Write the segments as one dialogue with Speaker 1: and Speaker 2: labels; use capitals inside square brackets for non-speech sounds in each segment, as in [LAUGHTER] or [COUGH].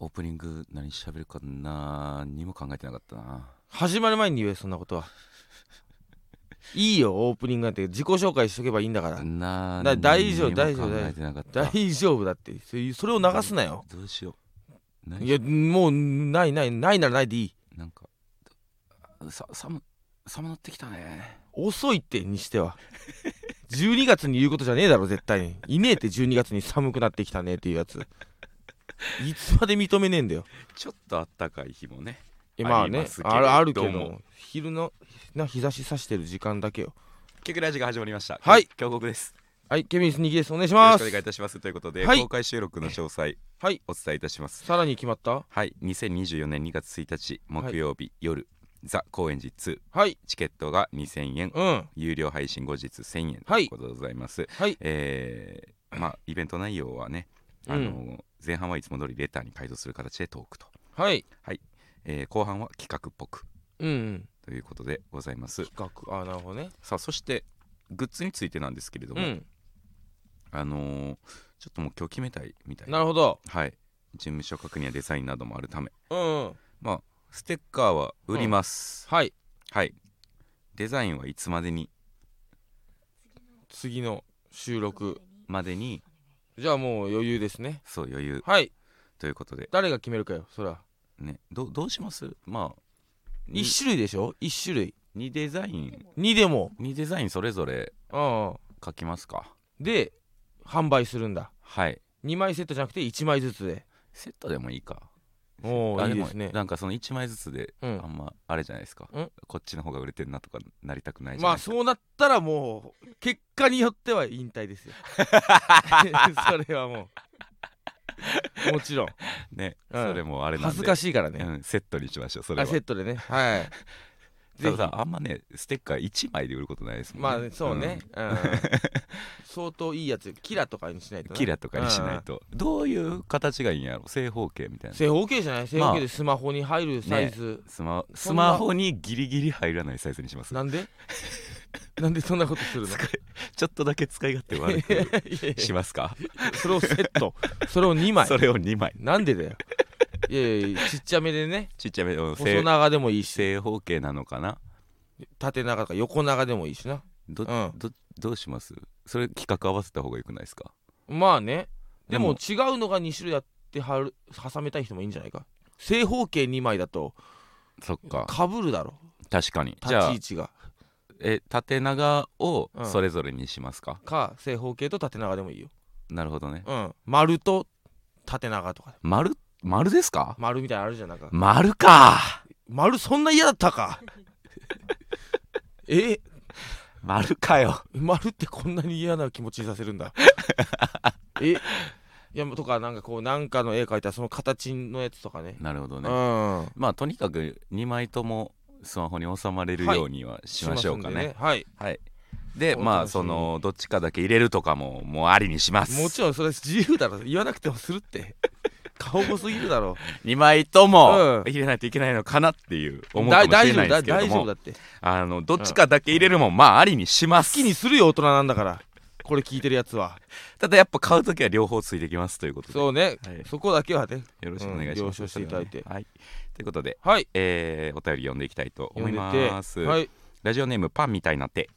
Speaker 1: オープニング何喋るか何も考えてなかったな
Speaker 2: 始まる前に言えそんなことはいいよオープニングなんて自己紹介しとけばいいんだから
Speaker 1: な
Speaker 2: だ大丈夫
Speaker 1: 何も考えてなかった
Speaker 2: 大丈夫だってそれそれを流すなよ
Speaker 1: どうしよう
Speaker 2: い
Speaker 1: 何
Speaker 2: やもうないないないならないでいい
Speaker 1: なんかさ寒寒なってきたね
Speaker 2: 遅いってにしては12月に言うことじゃねえだろ絶対にいねえって12月に寒くなってきたねっていうやついつまで認めねえんだよ
Speaker 1: ちょっとあったかい日もね
Speaker 2: えまあ
Speaker 1: あり
Speaker 2: ね
Speaker 1: ますけれ
Speaker 2: あ
Speaker 1: ども
Speaker 2: るあるけど昼のな日差しさしてる時間だけよ
Speaker 1: ケクラジが始まりました
Speaker 2: はい
Speaker 1: 京極です
Speaker 2: はいケビンスニキですお願いし
Speaker 1: よろ
Speaker 2: ま
Speaker 1: しく
Speaker 2: す
Speaker 1: お願いいたしますということで、
Speaker 2: はい
Speaker 1: 公開収録の詳細
Speaker 2: はい
Speaker 1: お伝えいたします
Speaker 2: さらに決まった
Speaker 1: はい2024年2月1日木曜日、夜ザ・高円寺2
Speaker 2: はい
Speaker 1: チケットが2000円
Speaker 2: うん
Speaker 1: 有料配信後日1000円と
Speaker 2: はい
Speaker 1: いうことでございます、
Speaker 2: はい
Speaker 1: えーまあイベント内容はね、あの前半はいつも通りレターに回答する形でトークと、
Speaker 2: はい
Speaker 1: えー後半は企画っぽく
Speaker 2: うんうん
Speaker 1: ということでございます
Speaker 2: 企画あなるほどね
Speaker 1: さあそしてグッズについてなんですけれど
Speaker 2: う
Speaker 1: も、
Speaker 2: ん
Speaker 1: あのーちょっともう今日決めたいみたいな
Speaker 2: なるほど
Speaker 1: はい事務所確認やデザインなどもあるため
Speaker 2: うんうん
Speaker 1: ステッカーは売ります、
Speaker 2: はい
Speaker 1: はいデザインはいつまでに
Speaker 2: 次の収録
Speaker 1: までに
Speaker 2: じゃあもう余裕ですね
Speaker 1: そう余裕
Speaker 2: はい
Speaker 1: ということで
Speaker 2: 誰が決めるかよそら
Speaker 1: ねどうどうしますまあに
Speaker 2: 1種類でしょ1種類
Speaker 1: にデザイン
Speaker 2: 2でも
Speaker 1: にデザインそれぞれ
Speaker 2: うん
Speaker 1: 書きますか
Speaker 2: で販売するんだ
Speaker 1: はい
Speaker 2: 2枚セットじゃなくて1枚ずつで
Speaker 1: セットでもいいか
Speaker 2: おお
Speaker 1: あ
Speaker 2: いい
Speaker 1: も
Speaker 2: ですね
Speaker 1: なんかその1枚ずつで
Speaker 2: うん
Speaker 1: あんまあれじゃないですか、
Speaker 2: うん
Speaker 1: こっちの方が売れてんなとかなりたくないじゃ
Speaker 2: ま
Speaker 1: ない
Speaker 2: あ
Speaker 1: ですか、
Speaker 2: そうなったらもう結果によっては引退 [LAUGHS] ですよそれはもうもちろん
Speaker 1: ね、
Speaker 2: うん
Speaker 1: それもあれなんで
Speaker 2: 恥ずか
Speaker 1: し
Speaker 2: しいから
Speaker 1: い
Speaker 2: ね、
Speaker 1: うん、セットにしましょうそれ
Speaker 2: あ
Speaker 1: は
Speaker 2: セットでね [LAUGHS] はい
Speaker 1: た
Speaker 2: ぜ
Speaker 1: ださ
Speaker 2: ひ
Speaker 1: あんまねステッカー1枚で売ることないですもん
Speaker 2: まあそうね、うん
Speaker 1: [LAUGHS]
Speaker 2: 相当いいやつキラとかにしない
Speaker 1: うん
Speaker 2: と、ね、
Speaker 1: キラとかにしないと、どういう形がいいんやろ正方形みたいな
Speaker 2: 正方形じゃない正方形でスマホに入るサイズ、
Speaker 1: スマス
Speaker 2: そんな
Speaker 1: マホにギリギリ入らないサイズにします [LAUGHS]
Speaker 2: なんでなんでそんなことするの
Speaker 1: 使いちょっとだけ使い勝手悪
Speaker 2: いや
Speaker 1: く
Speaker 2: いやいや
Speaker 1: しますか
Speaker 2: [LAUGHS] それをセットそれを2枚
Speaker 1: それを2枚
Speaker 2: なんでだよいやいやちっちゃめでね
Speaker 1: ちっちゃめうん
Speaker 2: 細
Speaker 1: 正
Speaker 2: 長でもいいし
Speaker 1: 正方形なのかな
Speaker 2: 縦長とか横長でもいいしな
Speaker 1: ど,、
Speaker 2: うん
Speaker 1: どどうしますそれ企画合わせた方がよくないですか
Speaker 2: まあねでも
Speaker 1: で
Speaker 2: 違うのが2種類あってはる挟めたい人もいいんじゃないか正方形2枚だと
Speaker 1: そっか
Speaker 2: かぶるだろ
Speaker 1: 確かに
Speaker 2: 立
Speaker 1: じゃあ
Speaker 2: ち位置が
Speaker 1: え縦長を
Speaker 2: うん
Speaker 1: それぞれにしますか、
Speaker 2: か正方形と縦長でもいいよ
Speaker 1: なるほどね
Speaker 2: うん丸と縦長とか
Speaker 1: 丸丸ですか
Speaker 2: 丸みたいなのあるじゃんなんか
Speaker 1: 丸か
Speaker 2: 丸そんな嫌だったか [LAUGHS] え
Speaker 1: 丸かよ
Speaker 2: 丸ってこんなに嫌な気持ちにさせるんだえいやとかなんかこうなんかの絵描いたらその形のやつとかね
Speaker 1: なるほど
Speaker 2: う
Speaker 1: ね、
Speaker 2: ん
Speaker 1: まあとにかく2枚ともスマホに収まれるようにはしましょうかね,、
Speaker 2: しますんではい
Speaker 1: はいで
Speaker 2: お楽しみに
Speaker 1: まあそのどっちかだけ入れるとかももうありにします
Speaker 2: もちろんそれ自由だろ言わなくてもするって顔もすぎるだろ
Speaker 1: 2枚とも
Speaker 2: うん
Speaker 1: 入れないといけないのかなっていう思うかも
Speaker 2: だ
Speaker 1: しれない
Speaker 2: 大丈夫
Speaker 1: で
Speaker 2: だ
Speaker 1: すけれど
Speaker 2: 大丈夫だ
Speaker 1: も
Speaker 2: って好
Speaker 1: あのどっちかだけ入れるもんまあありにします
Speaker 2: きにするよ大人なんだからこれ聞いてるやつは
Speaker 1: ただやっぱ買うときは両方ついてきますということで
Speaker 2: そうね、
Speaker 1: はい
Speaker 2: そこだけはね
Speaker 1: よろしくお願いします、
Speaker 2: うん了承していただいて
Speaker 1: はい、ということで、
Speaker 2: はい
Speaker 1: えーお便り読んでいきたいと思
Speaker 2: 読
Speaker 1: い
Speaker 2: んで
Speaker 1: ます、
Speaker 2: てはい
Speaker 1: ラジオネームパンみたいな手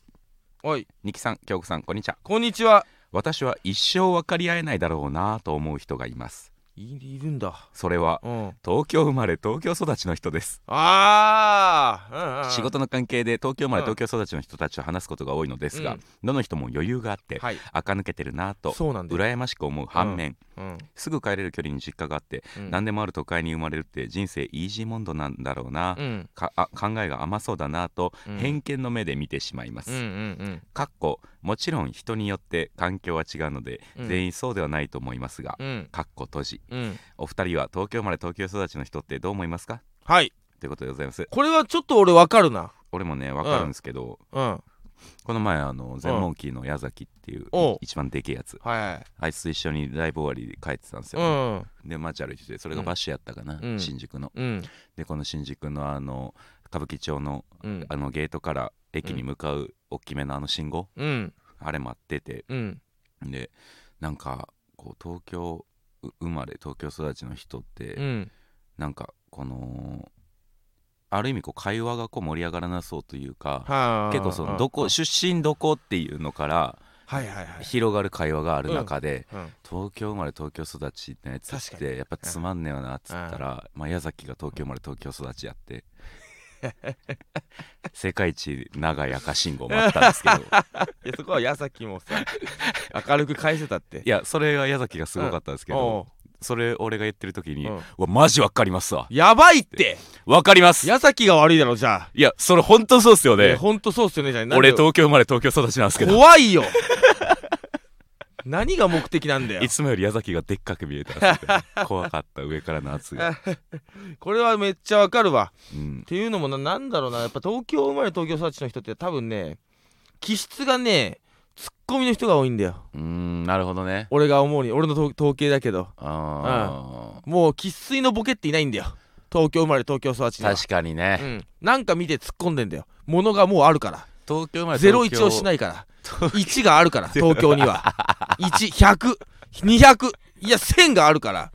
Speaker 2: はい
Speaker 1: ニキさん京子さんこんにちは
Speaker 2: こんにちは
Speaker 1: 私は一生分かり合えないだろうなと思う人がいます
Speaker 2: いいるんだ
Speaker 1: それは
Speaker 2: うん
Speaker 1: 東京生まれ東京育ちの人です
Speaker 2: ああ、うんうんうん
Speaker 1: 仕事の関係で東京生まれ
Speaker 2: うん
Speaker 1: 東京育ちの人たちと話すことが多いのですが、
Speaker 2: うん
Speaker 1: どの人も余裕があって、
Speaker 2: はい
Speaker 1: 垢抜けてるなと
Speaker 2: そうなんだよ、
Speaker 1: 羨ましく思う反面、
Speaker 2: うん
Speaker 1: すぐ帰れる距離に実家があって、
Speaker 2: うん
Speaker 1: 何でもある都会に生まれるって人生イージーモンドなんだろうな、
Speaker 2: うん
Speaker 1: かあ考えが甘そうだなと
Speaker 2: うん
Speaker 1: 偏見の目で見てしまいます、
Speaker 2: うんうん
Speaker 1: かっこもちろん人によって環境は違うので、
Speaker 2: うん
Speaker 1: 全員そうではないと思いますが、
Speaker 2: うんうん
Speaker 1: かっこ閉じ
Speaker 2: うん
Speaker 1: お二人は東京生まれ東京育ちの人ってどう思いますか
Speaker 2: はい
Speaker 1: ということでございます
Speaker 2: これはちょっと俺わかるな
Speaker 1: 俺もね分かるんですけど、
Speaker 2: うんは
Speaker 1: この前あの全モンキーの矢崎っていう
Speaker 2: おう
Speaker 1: 一番でけえやつ
Speaker 2: いはい
Speaker 1: あいつと一緒にライブ終わりで帰ってたんです
Speaker 2: う
Speaker 1: よ、
Speaker 2: ん
Speaker 1: で街歩いててそれがバッシュやったかな、
Speaker 2: うん
Speaker 1: 新宿の
Speaker 2: うん
Speaker 1: でこの新宿のあの歌舞伎町の
Speaker 2: うん
Speaker 1: あのゲートから駅に向かう大きめのあの信号、
Speaker 2: うん
Speaker 1: あれ待ってて
Speaker 2: うん
Speaker 1: でなんかこう東京う生まれ東京育ちの人って、
Speaker 2: うん
Speaker 1: なんかこのある意味こう会話がこう盛り上がらなそうというか
Speaker 2: はあ
Speaker 1: 結構そ
Speaker 2: はあ
Speaker 1: のどこ出身どこっていうのから
Speaker 2: はいはいはい、
Speaker 1: 広がる会話がある中で、
Speaker 2: うん、
Speaker 1: 東京生まれ東京育ちってやつっ
Speaker 2: 確か
Speaker 1: てやっぱつまんねえよなっつったら、まあ、矢崎が東京生まれ東京育ちやって
Speaker 2: [LAUGHS]
Speaker 1: 世界一長い赤信号待ったんですけ
Speaker 2: [LAUGHS]
Speaker 1: ど
Speaker 2: いやそこは矢崎も [LAUGHS] さ明るく返せたって
Speaker 1: いやそれは矢崎がすごかったんですけど、
Speaker 2: お
Speaker 1: それ俺が言ってる時に「
Speaker 2: う
Speaker 1: うんわマジわかりますわ
Speaker 2: やばいって
Speaker 1: わかります」
Speaker 2: 矢崎が悪いだろじゃあ
Speaker 1: いやそれ本当そうっすよ
Speaker 2: え
Speaker 1: ね
Speaker 2: ほんとそうっすよねじゃあなんで
Speaker 1: 俺東京生まれ東京育ちなんですけど
Speaker 2: 怖いよ [LAUGHS] 何が目的なんだよ
Speaker 1: いつもより矢崎がでっかく見えたらしく
Speaker 2: [LAUGHS]
Speaker 1: て怖かった上からの圧が、
Speaker 2: これはめっちゃわかるわ
Speaker 1: うん
Speaker 2: っ、ていうのもななんだろうなやっぱ東京生まれ東京育ちの人って多分ね気質がねツッコミの人が多いんだよ
Speaker 1: うーんなるほどね
Speaker 2: 俺が思うに俺の統統計だけど
Speaker 1: あ
Speaker 2: もう生粋のボケっていないんだよ東京生まれ東京育ち
Speaker 1: ー
Speaker 2: には
Speaker 1: 確かにね、
Speaker 2: うん、なんか見て突っ込んでんだよものがもうあるから
Speaker 1: 東京生まれ
Speaker 2: 01をしないから1が
Speaker 1: [LAUGHS]
Speaker 2: あるから東京には1100200200いや1000があるから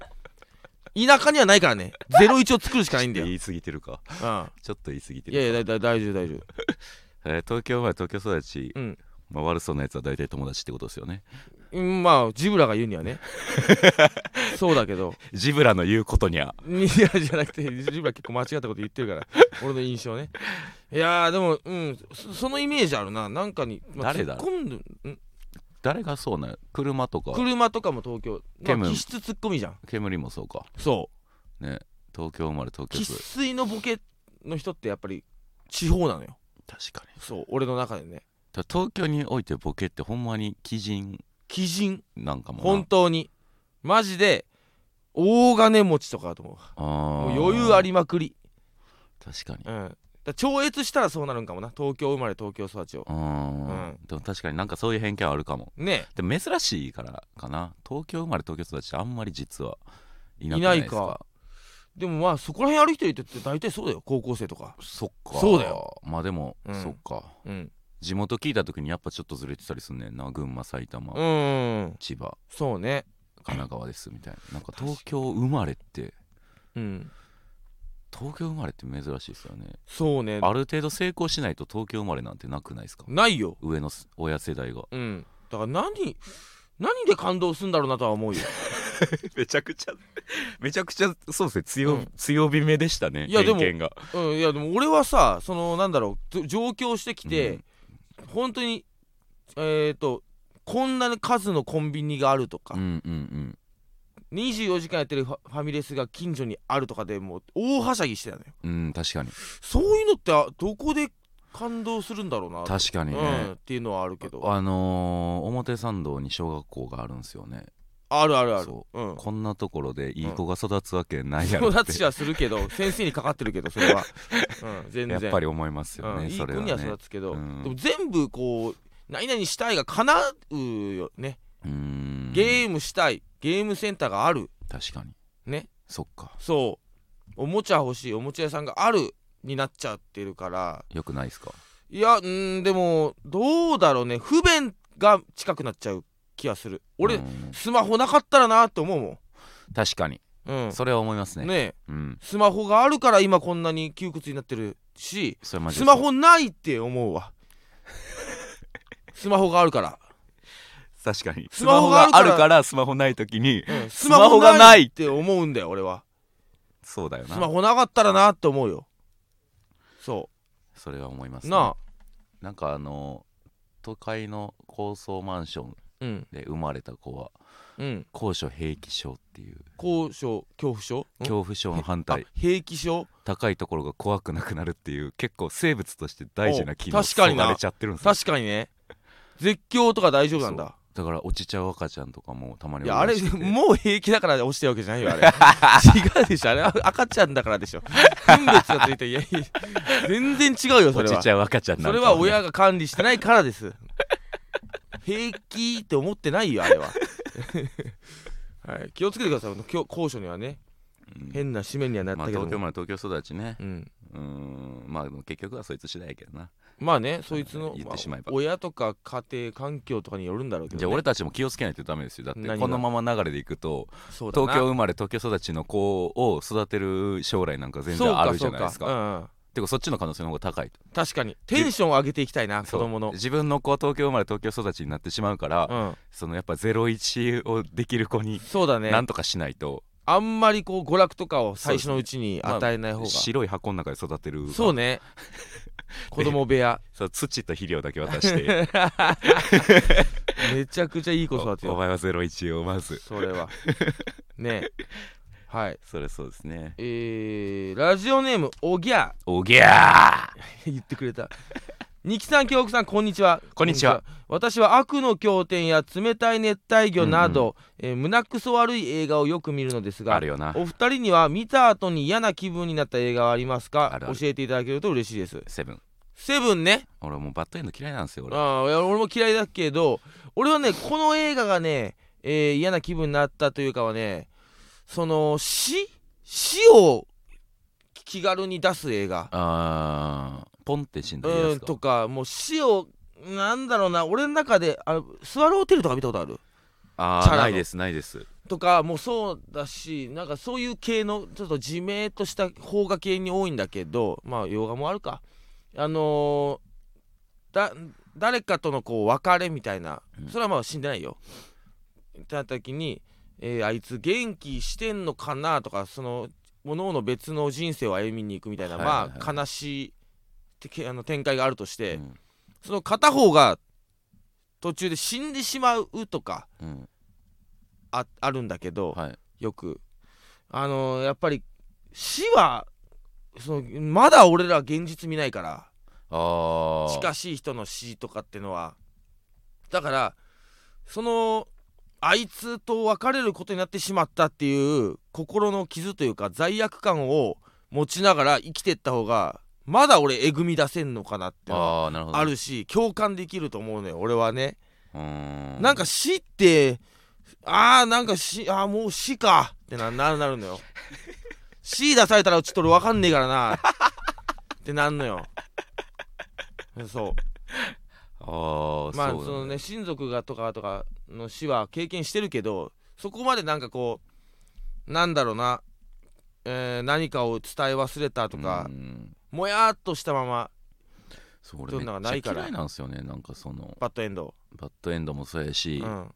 Speaker 2: 田舎にはないからね01を作るしかないんだよ、う
Speaker 1: 言 [LAUGHS] い過ぎてるか
Speaker 2: ん、
Speaker 1: ちょっと言い過ぎて
Speaker 2: い
Speaker 1: る
Speaker 2: やいやだだ大丈夫大丈夫
Speaker 1: えー東京生まれ東京育ち、
Speaker 2: うん
Speaker 1: まあ、悪そうなやつは大体友達ってことですよね
Speaker 2: うんまあジブラが言うに
Speaker 1: [LAUGHS]
Speaker 2: はねそうだけど
Speaker 1: ジブラの言うことにはい
Speaker 2: やじゃなくてジブラ結構間違ったこと言ってるから俺の印象ねいやーでもうんそそのイメージあるななんかに、まあ、
Speaker 1: 誰だ
Speaker 2: 突っ込んでん
Speaker 1: 誰がそうなの車とか
Speaker 2: 車とかも東京、ま
Speaker 1: ケム
Speaker 2: あ、気質ツッコミじゃん
Speaker 1: 煙もそうか
Speaker 2: そう
Speaker 1: ね東京生まれ東京
Speaker 2: 生
Speaker 1: 育ち
Speaker 2: 粋のボケの人ってやっぱり地方なのよ
Speaker 1: 確かに
Speaker 2: そう俺の中でね
Speaker 1: だから東京においてボケってほんまに鬼人
Speaker 2: 鬼人
Speaker 1: なんかもな
Speaker 2: 本当にマジで大金持ちとかだと思
Speaker 1: あ
Speaker 2: う
Speaker 1: ー
Speaker 2: もう余裕ありまくり
Speaker 1: 確かに
Speaker 2: うんだから超越したらそうなるんかもな東京生まれ東京育ちを
Speaker 1: うーん
Speaker 2: うん
Speaker 1: でも確かになんかそういう偏見はあるかも
Speaker 2: ね
Speaker 1: でも珍しいからかな東京生まれ東京育ちってあんまり実はいなく
Speaker 2: い
Speaker 1: な
Speaker 2: ないい
Speaker 1: ですか
Speaker 2: かでもまあそこら辺歩いてる人って大体そうだよ高校生とか
Speaker 1: そっか
Speaker 2: そうだよ
Speaker 1: まあでも、
Speaker 2: うん
Speaker 1: そっか
Speaker 2: うん
Speaker 1: 地元聞いた時にやっぱちょっとずれてたりすんねんな群馬埼玉、
Speaker 2: うーん
Speaker 1: 千葉
Speaker 2: そうね
Speaker 1: 神奈川ですみたい [LAUGHS] ななんか東京生まれって
Speaker 2: うん
Speaker 1: 東京生まれって珍しいですよね
Speaker 2: そうね
Speaker 1: ある程度成功しないと東京生まれなんてなくないですか
Speaker 2: ないよ
Speaker 1: 上の親世代が
Speaker 2: うんだから何何で感動するんだろうなとは思うよ
Speaker 1: [LAUGHS] めちゃくちゃ [LAUGHS] めちゃくちゃそうですね強,、
Speaker 2: うん
Speaker 1: 強火目でしたね
Speaker 2: いやでも
Speaker 1: 偏見が
Speaker 2: うん、いやでも俺はさそのなんだろうず上京してきて、本当にえっ、とこんな数のコンビニがあるとか、
Speaker 1: うんうんうん
Speaker 2: 24時間やってるファファミレスが近所にあるとかでもう大はしゃぎしてたのよ
Speaker 1: うん確かに
Speaker 2: そういうのってあどこで感動するんだろうなと
Speaker 1: 確かにね、
Speaker 2: うん、っていうのはあるけどあ
Speaker 1: あのー表参道に小学校があるんですよね
Speaker 2: るあるある、
Speaker 1: そう
Speaker 2: ん、
Speaker 1: こんなところでいい子が育つわけないやろ
Speaker 2: 友
Speaker 1: って、
Speaker 2: 達はするけど先生にかかってるけどそ
Speaker 1: [LAUGHS]
Speaker 2: れは、うん、全
Speaker 1: や
Speaker 2: 然
Speaker 1: っぱり思いますよ
Speaker 2: う
Speaker 1: ね、
Speaker 2: ん、いい子
Speaker 1: それは
Speaker 2: には
Speaker 1: ね
Speaker 2: 育つけど、
Speaker 1: うん
Speaker 2: でも全部こう何々したいが叶うよね
Speaker 1: うーん
Speaker 2: ゲームしたいゲームセンターがある
Speaker 1: 確かに
Speaker 2: ね
Speaker 1: そっか
Speaker 2: そうおもちゃ欲しいおもちゃ屋さんがあるになっちゃってるから
Speaker 1: よくないですか
Speaker 2: いやうーんでもどうだろうね不便が近くなっちゃう気はする俺、
Speaker 1: うん
Speaker 2: スマホなかったらなって思うも
Speaker 1: 確かに、
Speaker 2: んうん
Speaker 1: それは思いますね
Speaker 2: ねえ
Speaker 1: うん
Speaker 2: スマホがあるから今こんなに窮屈になってるし
Speaker 1: それマジ
Speaker 2: ス
Speaker 1: で
Speaker 2: マホないって思うわスマホがあるから、
Speaker 1: 確かに
Speaker 2: スマホがあるから
Speaker 1: らスマホない時に
Speaker 2: う
Speaker 1: [LAUGHS]
Speaker 2: ん
Speaker 1: スマホがない
Speaker 2: スマホって思うんだよ俺は
Speaker 1: そうだよ
Speaker 2: スマ
Speaker 1: な
Speaker 2: ホなかったらなって思うよそ
Speaker 1: それは思います、
Speaker 2: う
Speaker 1: ね、
Speaker 2: なあ
Speaker 1: なんかあのー都会の高層マンション
Speaker 2: うん
Speaker 1: で生まれた子は
Speaker 2: うん
Speaker 1: 高所平気症っていう
Speaker 2: 高所恐怖症
Speaker 1: 恐怖症の反
Speaker 2: あ
Speaker 1: 対
Speaker 2: 平気症
Speaker 1: 高いところが怖くなくなるっていう結構生物として大事な機
Speaker 2: お
Speaker 1: 能
Speaker 2: 確かにな
Speaker 1: 削がれちゃってるんですよ
Speaker 2: 確かにね絶叫とか大丈夫なんだ
Speaker 1: だから落ちちゃう赤ちゃんとかもたまに
Speaker 2: いやあれ
Speaker 1: 落ちてて
Speaker 2: もう平気だから落ちてるわけじゃないよあ
Speaker 1: [LAUGHS]
Speaker 2: れ違うでしょあれは赤ちゃんだからでしょ分別がついていやいや全然違うよそ
Speaker 1: 落
Speaker 2: れ
Speaker 1: ち
Speaker 2: は
Speaker 1: ちゃう赤ちゃんな
Speaker 2: そ
Speaker 1: んか
Speaker 2: れ
Speaker 1: も
Speaker 2: は親が管理してないからです平気って思ってないよあれ
Speaker 1: [LAUGHS]
Speaker 2: ははい、気をつけてください今日高所にはね
Speaker 1: うん
Speaker 2: 変な締めにはなっ
Speaker 1: ま
Speaker 2: た
Speaker 1: あ
Speaker 2: けども、
Speaker 1: 東京まで東京育ちね
Speaker 2: うん
Speaker 1: うーんまあでも結局はそいつ次第やけどな
Speaker 2: まあねそいつの
Speaker 1: 言ってしまえば
Speaker 2: あ親とか家庭環境とかによるんだろうけど、ね、
Speaker 1: じゃあ俺たちも気をつけないとダメですよだって
Speaker 2: 何が
Speaker 1: このまま流れでいくと
Speaker 2: そうだな
Speaker 1: 東京生まれ東京育ちの子を育てる将来なんか全然あるじゃないですか
Speaker 2: そうそううんうん
Speaker 1: てかそっちの可能性の方が高いと
Speaker 2: 確かにテンションを上げていきたいな子供の
Speaker 1: 自分の子は東京生まれ東京育ちになってしまうから、
Speaker 2: うん
Speaker 1: そのやっぱ01をできる子に
Speaker 2: そうだね
Speaker 1: なんとかしないと、
Speaker 2: あんまりこう娯楽とかを最初のうちに与えない方がそう,、
Speaker 1: 白い箱の中で育てる
Speaker 2: ね子供部屋
Speaker 1: そう土と肥料だけ渡して
Speaker 2: [LAUGHS] めちゃくちゃいい子育
Speaker 1: [LAUGHS]
Speaker 2: て
Speaker 1: おお
Speaker 2: よ
Speaker 1: 前は01をまず
Speaker 2: それはねえはい
Speaker 1: それそうですね
Speaker 2: えー、ラジオネームおぎゃ
Speaker 1: おぎゃ
Speaker 2: ー [LAUGHS] 言ってくれた二木さん京極さんこんにちは
Speaker 1: こんにちは
Speaker 2: 私は悪の経典や冷たい熱帯魚など、えー胸くそ悪い映画をよく見るのです
Speaker 1: ーあ
Speaker 2: が
Speaker 1: るよな
Speaker 2: お二人には見た後に嫌な気分になった映画はありますか
Speaker 1: あるある
Speaker 2: 教えていただけると嬉しいです
Speaker 1: セブン
Speaker 2: セブンね
Speaker 1: 俺もうバッドエンド嫌いなんですよ俺
Speaker 2: ああいや俺も嫌いだけど俺はねこの映画がね、えー嫌な気分になったというかはねその死死を気軽に出す映画
Speaker 1: あーポンって死んだりや
Speaker 2: う
Speaker 1: つ
Speaker 2: ん
Speaker 1: か
Speaker 2: とかもう死をなんだろうな俺の中であスワローテルとか見たことある
Speaker 1: あ
Speaker 2: チャ
Speaker 1: ー
Speaker 2: ラの
Speaker 1: ないですないです
Speaker 2: とかもそうだしなんかそういう系のちょっと自明とした邦画系に多いんだけどまあ洋画もあるかあのーだ誰かとのこう別れみたいな
Speaker 1: うん
Speaker 2: それはまあ死んでないよ。た時に、えーあいつ元気してんのかなとかその各々別の人生を歩みに行くみたいな、
Speaker 1: はいはいはい
Speaker 2: まあ悲しいてけあの展開があるとし
Speaker 1: う
Speaker 2: て、
Speaker 1: ん
Speaker 2: その片方が途中で死んでしまうとか
Speaker 1: うん
Speaker 2: ああるんだけど、
Speaker 1: はい
Speaker 2: よくあのーやっぱり死はそのまだ俺ら現実見ないから
Speaker 1: ああ
Speaker 2: 近しい人の死とかってのはだからそのあいつと別れることになってしまったっていう心の傷というか罪悪感を持ちながら生きてった方がまだ俺えぐみ出せんのかなってのは
Speaker 1: あーなるほど
Speaker 2: あるし共感できると思うのよ俺はね
Speaker 1: うーん
Speaker 2: なんか死ってああなんか死あーもう死かってなななるのよ死出されたらちょっと俺分かんねえからなってなんのよそう
Speaker 1: ああ
Speaker 2: まあ
Speaker 1: そう
Speaker 2: そ
Speaker 1: だ
Speaker 2: のね親族がとかとかの死は経験してるけどそこまでなんかこうなんだろうな、えー何かを伝え忘れたとか
Speaker 1: う、ん
Speaker 2: もやーっとしたまま
Speaker 1: そう俺
Speaker 2: そ
Speaker 1: めっ
Speaker 2: んなの
Speaker 1: ち
Speaker 2: が
Speaker 1: ゃ
Speaker 2: ないから
Speaker 1: 嫌いなんですよねなんかその
Speaker 2: バッドエンド、
Speaker 1: バッドエンドもそうやし、
Speaker 2: うん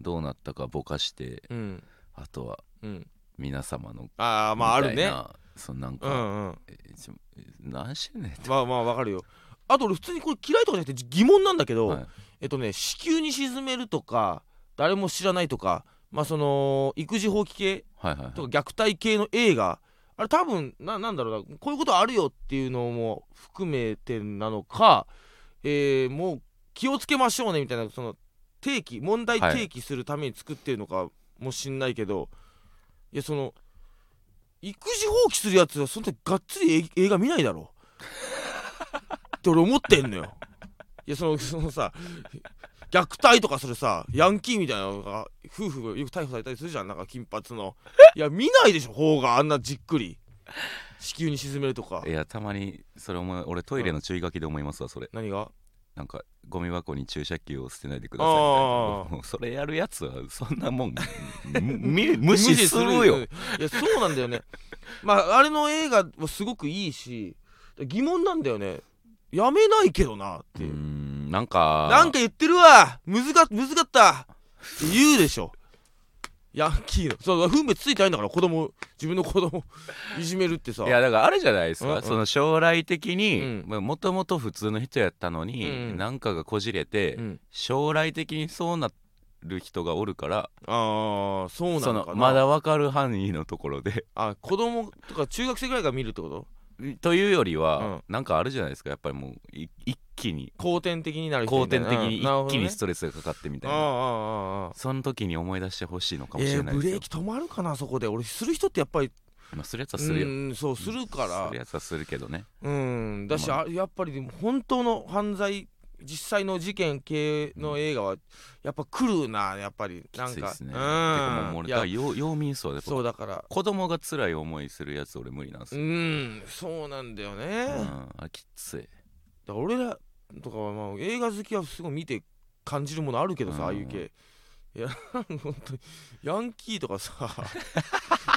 Speaker 1: どうなったかぼかして
Speaker 2: うん
Speaker 1: あとは
Speaker 2: うん
Speaker 1: 皆様の
Speaker 2: ああまあある
Speaker 1: みたい
Speaker 2: ね
Speaker 1: なそのなん
Speaker 2: う
Speaker 1: か、
Speaker 2: んうん
Speaker 1: えちょ何してんねんって、
Speaker 2: まあまあわかるよあと俺普通にこれ嫌いとかじゃなくて疑問なんだけど、
Speaker 1: はい
Speaker 2: えっとね子宮に沈めるとか誰も知らないとかまあその育児放棄系
Speaker 1: はいはいはい
Speaker 2: とか虐待系の映画あれ多分ななんだろうなこういうことあるよっていうのも含めてなのか、えーもう気をつけましょうねみたいなその提起問題
Speaker 1: はい
Speaker 2: 提起するために作ってるのかもしんないけど、い、やその育児放棄するやつはそんながっつりえ映画見ないだろって俺思ってんのよ。 [LAUGHS] いやそのそのさ虐待とかするさヤンキーみたいなのが夫婦がよく逮捕されたりするじゃんなんか金髪のいや見ないでしょ方があんなじっくり子宮に沈めるとか
Speaker 1: いやたまにそれ思い俺トイレの注意書きで思いますわそれ
Speaker 2: 何が
Speaker 1: なんかゴミ箱に注射器を捨てないでくださいみたいな
Speaker 2: あー
Speaker 1: もうそれやるやつはそんな
Speaker 2: [LAUGHS]
Speaker 1: もんみ無視するよ
Speaker 2: いやそうなんだよねまああれの映画はすごくいいし疑問なんだよねやめないけどなっ
Speaker 1: う
Speaker 2: て
Speaker 1: ー
Speaker 2: いう、
Speaker 1: んなんか
Speaker 2: なんか言ってるわむずかむずかったって言うでしょヤンキーのそう分別ついてないんだから子供自分の子供いじめるってさ
Speaker 1: いやだからあるじゃないですか、
Speaker 2: うんうん
Speaker 1: その将来的に
Speaker 2: うん
Speaker 1: もともと普通の人やったのに、
Speaker 2: うんうん
Speaker 1: なんかがこじれて、
Speaker 2: うん、
Speaker 1: 将来的にそうなる人がおるから
Speaker 2: ああそうな
Speaker 1: そ
Speaker 2: のか
Speaker 1: の
Speaker 2: な
Speaker 1: まだ分かる範囲のところで
Speaker 2: あ子供とか中学生ぐらいが見るってこと
Speaker 1: [LAUGHS] というよりは、
Speaker 2: うん
Speaker 1: なんかあるじゃないですかやっぱりもうい一気に
Speaker 2: 後天的になる人
Speaker 1: 後
Speaker 2: みたい
Speaker 1: 天
Speaker 2: な
Speaker 1: 的に
Speaker 2: うんなる
Speaker 1: 一
Speaker 2: ほど
Speaker 1: 気
Speaker 2: ね
Speaker 1: にストレスがかかってみたい
Speaker 2: あ
Speaker 1: な、
Speaker 2: あああああ
Speaker 1: その時に思い出してほしいのかもし
Speaker 2: え
Speaker 1: れ
Speaker 2: ー
Speaker 1: ないで
Speaker 2: ブ
Speaker 1: すよ
Speaker 2: レー、キ止まるかなそこで俺する人ってやっぱり
Speaker 1: まあ、するやつはするよ、
Speaker 2: うんそうする
Speaker 1: す
Speaker 2: か
Speaker 1: る
Speaker 2: ら
Speaker 1: やつはするけどね
Speaker 2: うんだし、あ、やっぱりでも本当の犯罪実際の事件系の映画はやっぱ来るなやっぱり
Speaker 1: き
Speaker 2: なん
Speaker 1: つい
Speaker 2: か
Speaker 1: ですね
Speaker 2: う
Speaker 1: てかもう俺
Speaker 2: んい
Speaker 1: だから
Speaker 2: や
Speaker 1: 要要民層で僕
Speaker 2: そうだから
Speaker 1: 子供が辛い思いするやつ俺無理なんです
Speaker 2: う
Speaker 1: よ、
Speaker 2: んそうなんだよね
Speaker 1: うんあれきつい
Speaker 2: だから俺らとかはまあ映画好きはすごい見て感じるものあるけどさ、
Speaker 1: うん
Speaker 2: ああいう系いや [LAUGHS] 本当にヤンキーと
Speaker 1: [LAUGHS]
Speaker 2: かさ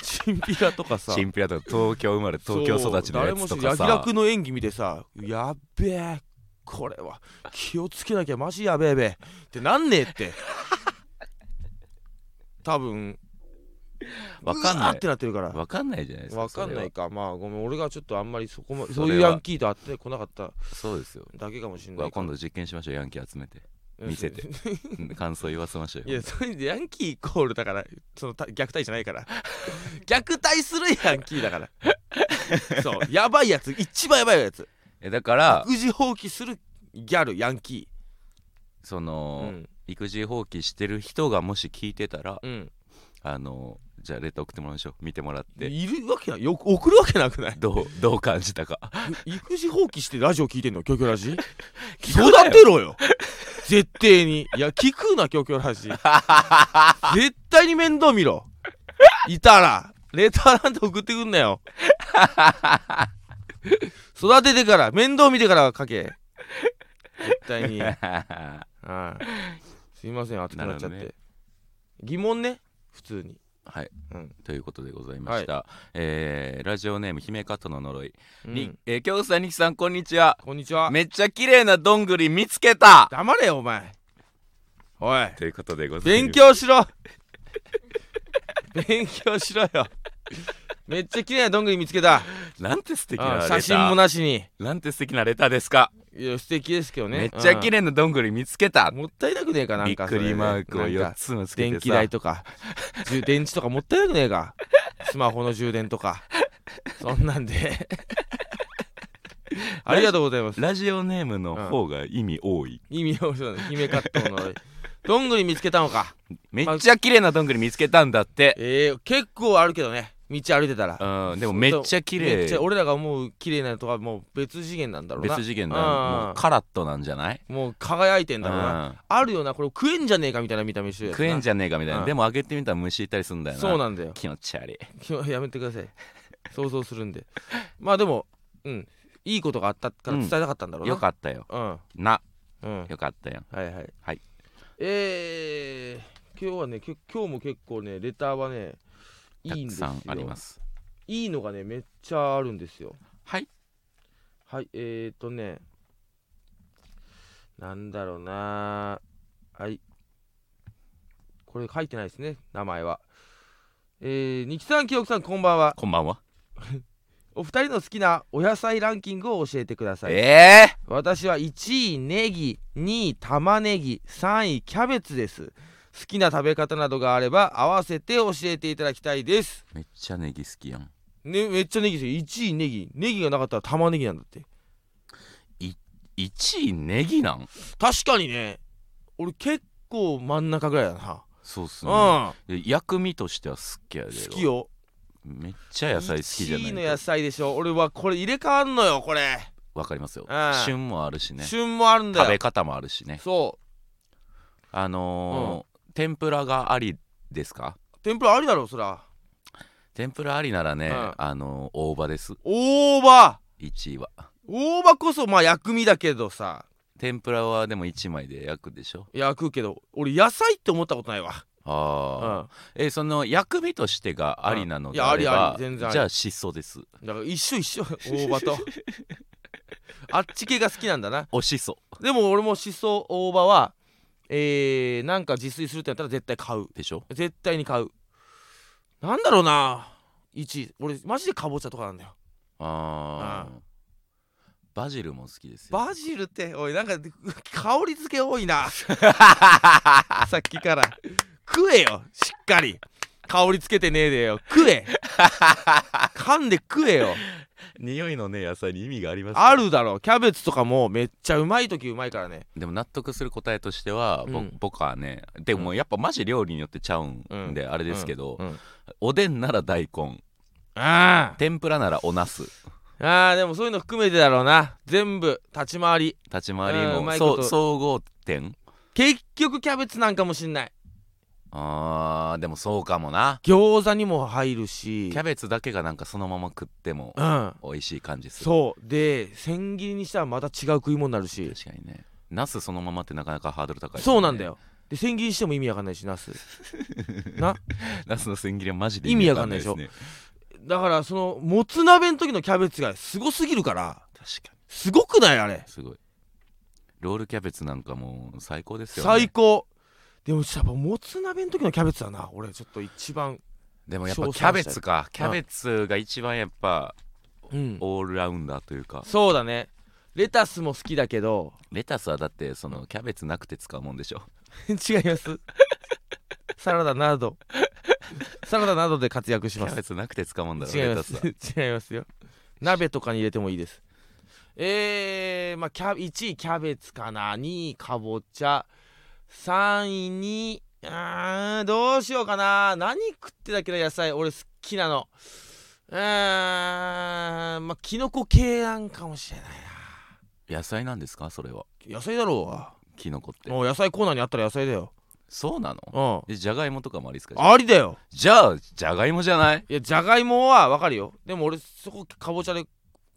Speaker 2: チンピラとかさ
Speaker 1: チンピラとか東京生まれ東京育ちのやつと
Speaker 2: そう誰も
Speaker 1: か
Speaker 2: しヤ
Speaker 1: さ
Speaker 2: キラクの演技見てさやっべえこれは気をつけなきゃマジやべえべってなんね
Speaker 1: [LAUGHS]
Speaker 2: えって多分
Speaker 1: わかん
Speaker 2: うわ
Speaker 1: な
Speaker 2: ーっ
Speaker 1: い
Speaker 2: てなってるから
Speaker 1: わかんないじゃないですか
Speaker 2: わかんない
Speaker 1: そ
Speaker 2: かまあごめん俺がちょっとあんまりそこま
Speaker 1: それは
Speaker 2: そういうヤンキーと会ってこなかった
Speaker 1: れはそうですよ
Speaker 2: だけかもしれ
Speaker 1: う
Speaker 2: な
Speaker 1: わ
Speaker 2: いけど
Speaker 1: 今度実験しましょうヤンキー集めて
Speaker 2: うん
Speaker 1: 見せて [LAUGHS] うん感想言わせましょう
Speaker 2: い
Speaker 1: よ
Speaker 2: やそれでヤンキーイコールだからそのた虐待じゃないから虐待するヤンキー
Speaker 1: [LAUGHS]
Speaker 2: だからそうやばいやつ一番やばいやつ
Speaker 1: えだから
Speaker 2: 育児放棄するギャルヤンキ
Speaker 1: そ
Speaker 2: ーう
Speaker 1: の
Speaker 2: ん
Speaker 1: 育児放棄してる人がもし聞いてたら
Speaker 2: うん
Speaker 1: あのじゃあレター送ってもらいましょう見てもらって
Speaker 2: いるわけなよ送るわけなくない
Speaker 1: どうどう感じ
Speaker 2: [LAUGHS]
Speaker 1: たか
Speaker 2: 育児放棄してラジオ聞いてんのキョキョラ [LAUGHS] ジ
Speaker 1: 聞くなよ
Speaker 2: 育てろよ絶対にいや聞くなキョキョラ [LAUGHS] ジ絶対に面倒見ろいたらレターなんて送ってくんな [LAUGHS] よ育ててから面倒見てから書け絶対
Speaker 1: [LAUGHS]
Speaker 2: [LAUGHS] にはいすいません熱くなっちゃ
Speaker 1: なるほど
Speaker 2: って、
Speaker 1: ね
Speaker 2: 疑問ね普通に
Speaker 1: はい、
Speaker 2: うん
Speaker 1: ということでございました、えーラジオネーム姫加藤の呪い、
Speaker 2: う
Speaker 1: り
Speaker 2: ん、
Speaker 1: えー京子さんにきさんこんにちは
Speaker 2: こんにちは
Speaker 1: めっちゃ綺麗などんぐり見つけた
Speaker 2: 黙れよお前おい
Speaker 1: ということでございます
Speaker 2: 勉強しろ勉強しろよめっちゃ綺麗などんぐり見つけた
Speaker 1: なんて素敵なレ
Speaker 2: あ
Speaker 1: ター
Speaker 2: 写真もなしに
Speaker 1: なんて素敵なレターですか、
Speaker 2: いや素敵ですけどね
Speaker 1: めっちゃ綺
Speaker 2: 麗
Speaker 1: 麗などんぐり見つけた
Speaker 2: もったいなくねえかな
Speaker 1: び
Speaker 2: ん
Speaker 1: っ
Speaker 2: か
Speaker 1: くりマークを
Speaker 2: それね
Speaker 1: 4
Speaker 2: なんか
Speaker 1: つもつけてさ
Speaker 2: 電気代とか充電池とかもったいなくねえかスマホの充電とかそんなん
Speaker 1: [LAUGHS]
Speaker 2: でありがとうございます
Speaker 1: ラジオネームの方が意味多い、
Speaker 2: 意味をそうだね姫カットのどんぐり見つけたのか
Speaker 1: めっちゃ綺麗などんぐり見つけたんだって、
Speaker 2: えー、結構あるけどね道歩いてたら
Speaker 1: うんでもめっちゃ綺
Speaker 2: めっちゃ
Speaker 1: 麗
Speaker 2: 俺らが思う綺麗なとはもう別次元なんだろうな
Speaker 1: 別次元だ
Speaker 2: うん
Speaker 1: もうカラットなんじゃない、
Speaker 2: もう輝いてんだろうな
Speaker 1: うん
Speaker 2: あるよなこれ食えんじゃねえかみたいな見た目してるやつ
Speaker 1: 食えん
Speaker 2: ゃ
Speaker 1: じゃねえかみたいな、
Speaker 2: うん
Speaker 1: でもあげてみたら虫いたりするんだよな
Speaker 2: そうなんだよ [LAUGHS]
Speaker 1: 気持ち悪い
Speaker 2: きょやめてください想像するんでまあでもうんいいことがあったから伝えたかったんだろうな、
Speaker 1: よかったよ
Speaker 2: うん
Speaker 1: な
Speaker 2: うん
Speaker 1: よかったよ
Speaker 2: はいはい
Speaker 1: はい
Speaker 2: えー、今日はねけ今日も結構ねレターはねい
Speaker 1: た
Speaker 2: いん
Speaker 1: く
Speaker 2: です
Speaker 1: さ
Speaker 2: よ
Speaker 1: んあります
Speaker 2: いいのがねめっちゃあるんですよ
Speaker 1: はい
Speaker 2: はい、えーとね、なんだろうな、はい、これ書いてないですね、名前は。えー、二木さん、清木さん、こんばんは。
Speaker 1: こんばんは
Speaker 2: お二人の好きなお野菜ランキングを教えてください。
Speaker 1: ええ
Speaker 2: 私は1位、ネギ、2位、玉ねぎ、3位、キャベツです。好きな食べ方などがあれば、合わせて教えていただきたいです。
Speaker 1: めっちゃネギ好きやん
Speaker 2: ね、めっちゃネギですよ。1位、ネギ。ネギがなかったら玉ねぎなんだって。
Speaker 1: 1位ネギなん
Speaker 2: 確かにね俺結構真ん中ぐらいだな、
Speaker 1: そうっす
Speaker 2: う
Speaker 1: ね
Speaker 2: ん
Speaker 1: で薬味としては好きやで
Speaker 2: 好きよ
Speaker 1: めっちゃ野菜好きじゃない
Speaker 2: 1位
Speaker 1: け
Speaker 2: の
Speaker 1: ど
Speaker 2: 野菜でしょ俺はこれ入れ替わんのよこれ、
Speaker 1: わかりますよ
Speaker 2: うん
Speaker 1: 旬もあるしね
Speaker 2: 旬もあるんだよ
Speaker 1: 食べ方もあるしね
Speaker 2: そ
Speaker 1: あのー天ぷらがありですか
Speaker 2: う天ぷらありだろそら
Speaker 1: 天ぷらありならね、
Speaker 2: うん
Speaker 1: あのー大葉です
Speaker 2: 大葉
Speaker 1: 1位は
Speaker 2: 大葉こそまあ薬味だけどさ
Speaker 1: 天ぷらはでも1枚で焼くでしょ
Speaker 2: 焼くけど俺野菜って思ったことないわ
Speaker 1: ああ、
Speaker 2: う
Speaker 1: えその薬味としてがありなので
Speaker 2: うんいや
Speaker 1: あれば、
Speaker 2: ありあり全然あり
Speaker 1: じゃあしそです
Speaker 2: んだから一緒一緒大葉
Speaker 1: [LAUGHS]
Speaker 2: とあっち系が好きなんだな
Speaker 1: おしそ
Speaker 2: でも俺もしそ大葉はえー、なんか自炊するってなったら絶対買う
Speaker 1: でしょ
Speaker 2: 絶対に買うなんだろうな1位俺マジでかぼちゃとかなんだよ
Speaker 1: ああ、バジルも好きですよ
Speaker 2: バジルっておいなんか香り付け多い [LAUGHS] なさっきから食えよしっかり香りつけてねえでよ食 [LAUGHS] え噛んで食えよ
Speaker 1: 匂いのね野菜に意味があります
Speaker 2: あるだろキャベツとかもめっちゃうまい時うまいからね
Speaker 1: でも納得する答えとしては、ぼ
Speaker 2: うん
Speaker 1: 僕はねでもやっぱマジ料理によってちゃうんで、あれですけど、
Speaker 2: うんうん
Speaker 1: おでんなら大根
Speaker 2: あ
Speaker 1: 天ぷらならおなす
Speaker 2: ーあーでもそういうの含めてだろうな全部立ち回り
Speaker 1: 立ち回り
Speaker 2: うんう
Speaker 1: も
Speaker 2: まいこ
Speaker 1: そ
Speaker 2: と
Speaker 1: う総合点
Speaker 2: 結局キャベツなんかもしんない
Speaker 1: あーでもそうかもな
Speaker 2: 餃子にも入るし
Speaker 1: キャベツだけがなんかそのまま食っても
Speaker 2: うん
Speaker 1: 美味しい感じする
Speaker 2: そうで千切りにしたらまた違う食い物になるし
Speaker 1: 確かにねナスそのままってなかなかハードル高い、
Speaker 2: そうなんだよで千切りしても意味わかんないし
Speaker 1: [LAUGHS]
Speaker 2: ナスな
Speaker 1: ナスの千切りはマジですね
Speaker 2: 意だからそのもつ鍋の時のキャベツがすごすぎるから
Speaker 1: 確か
Speaker 2: すごくないあれ
Speaker 1: にすごいロールキャベツなんかもう最高ですよね
Speaker 2: 最高でもやっぱもつ鍋の時のキャベツだな俺ちょっと一番
Speaker 1: でもやっぱ
Speaker 2: 称賛
Speaker 1: キ
Speaker 2: した
Speaker 1: ャ
Speaker 2: い
Speaker 1: ベツかキャベツが一番やっぱ
Speaker 2: うん
Speaker 1: オールラウンダーというか
Speaker 2: そうだねレタスも好きだけど
Speaker 1: レタスはだってそのキャベツなくて使うもんでしょ
Speaker 2: [LAUGHS] 違いますサラダなどサラダなどで活躍し
Speaker 1: キ
Speaker 2: ま
Speaker 1: ャ
Speaker 2: す
Speaker 1: ベツなくて使うもんだろ
Speaker 2: 違い
Speaker 1: レ
Speaker 2: ま
Speaker 1: タ
Speaker 2: す
Speaker 1: スは
Speaker 2: [LAUGHS] 違いますよ鍋とかに入れてもいいですえー、まあキャ1位キャベツかな2位かぼちゃ3位にうーんどうしようかな何食ってたけど野菜俺好きなのうーんまあキノコ系なんかもしれない
Speaker 1: 野菜なんですかそれは
Speaker 2: 野菜だろうが
Speaker 1: キノコって
Speaker 2: もう野菜コーナーにあったら野菜だよ
Speaker 1: そうなの
Speaker 2: うん
Speaker 1: でじゃがいもとかもありですか
Speaker 2: ありだよ
Speaker 1: じゃあじゃがいもじゃない
Speaker 2: いやじゃがいもはわかるよでも俺そこかぼちゃで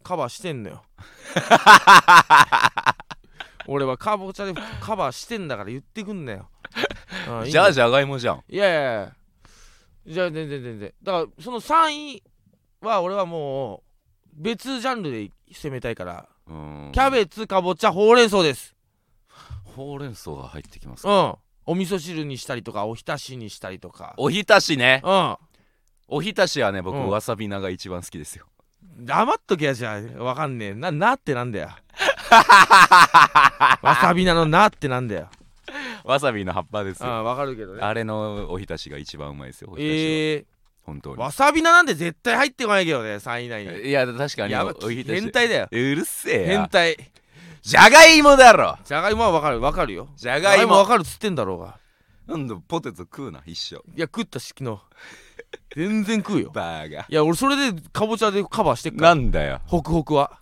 Speaker 2: カバーしてん
Speaker 1: [LAUGHS]
Speaker 2: のよ俺はかぼちゃでカバーしてんだから言ってくんなよ、うんいいん
Speaker 1: じ
Speaker 2: だ
Speaker 1: ゃ
Speaker 2: よ
Speaker 1: あじゃがいもじゃん
Speaker 2: いやいやいやじゃあ全然全然だからその3位は俺はもう別ジャンルで攻めたいから
Speaker 1: うーん
Speaker 2: キャベツかぼちゃほうれん草です
Speaker 1: ほうれん草が入ってきます
Speaker 2: う
Speaker 1: か
Speaker 2: んお味噌汁にしたりとかおひたしにしたりとか
Speaker 1: おひたしね
Speaker 2: うん
Speaker 1: おひたしはね僕
Speaker 2: うん
Speaker 1: わさび菜が一番好きですよ [LAUGHS]
Speaker 2: 黙っとけやじゃあわかんねえななってなん [LAUGHS] だよわさびなのなってなんだよ
Speaker 1: わさびの葉っぱです
Speaker 2: う
Speaker 1: よ
Speaker 2: んわかるけどね
Speaker 1: あれのおひたしが一番うまいですよおひたしは
Speaker 2: え
Speaker 1: 本当
Speaker 2: ー、わさびななんて絶対入ってこないけどね3位以内に
Speaker 1: にいや確かに
Speaker 2: やば
Speaker 1: おひたし
Speaker 2: 変態だよ
Speaker 1: うるせえ
Speaker 2: 変
Speaker 1: や
Speaker 2: 態
Speaker 1: じゃがいもだろ
Speaker 2: じゃがいもはわかるわかるよ
Speaker 1: じゃ
Speaker 2: じゃ
Speaker 1: が
Speaker 2: が
Speaker 1: い
Speaker 2: いもわ
Speaker 1: も
Speaker 2: かるっつってんだろうが
Speaker 1: なんだポテト食うな一緒
Speaker 2: いや食ったし昨日全然食うよ
Speaker 1: バーガ
Speaker 2: いや俺それでかぼちゃでカバーしてっ
Speaker 1: ー
Speaker 2: から
Speaker 1: なんだよ
Speaker 2: ホクホクは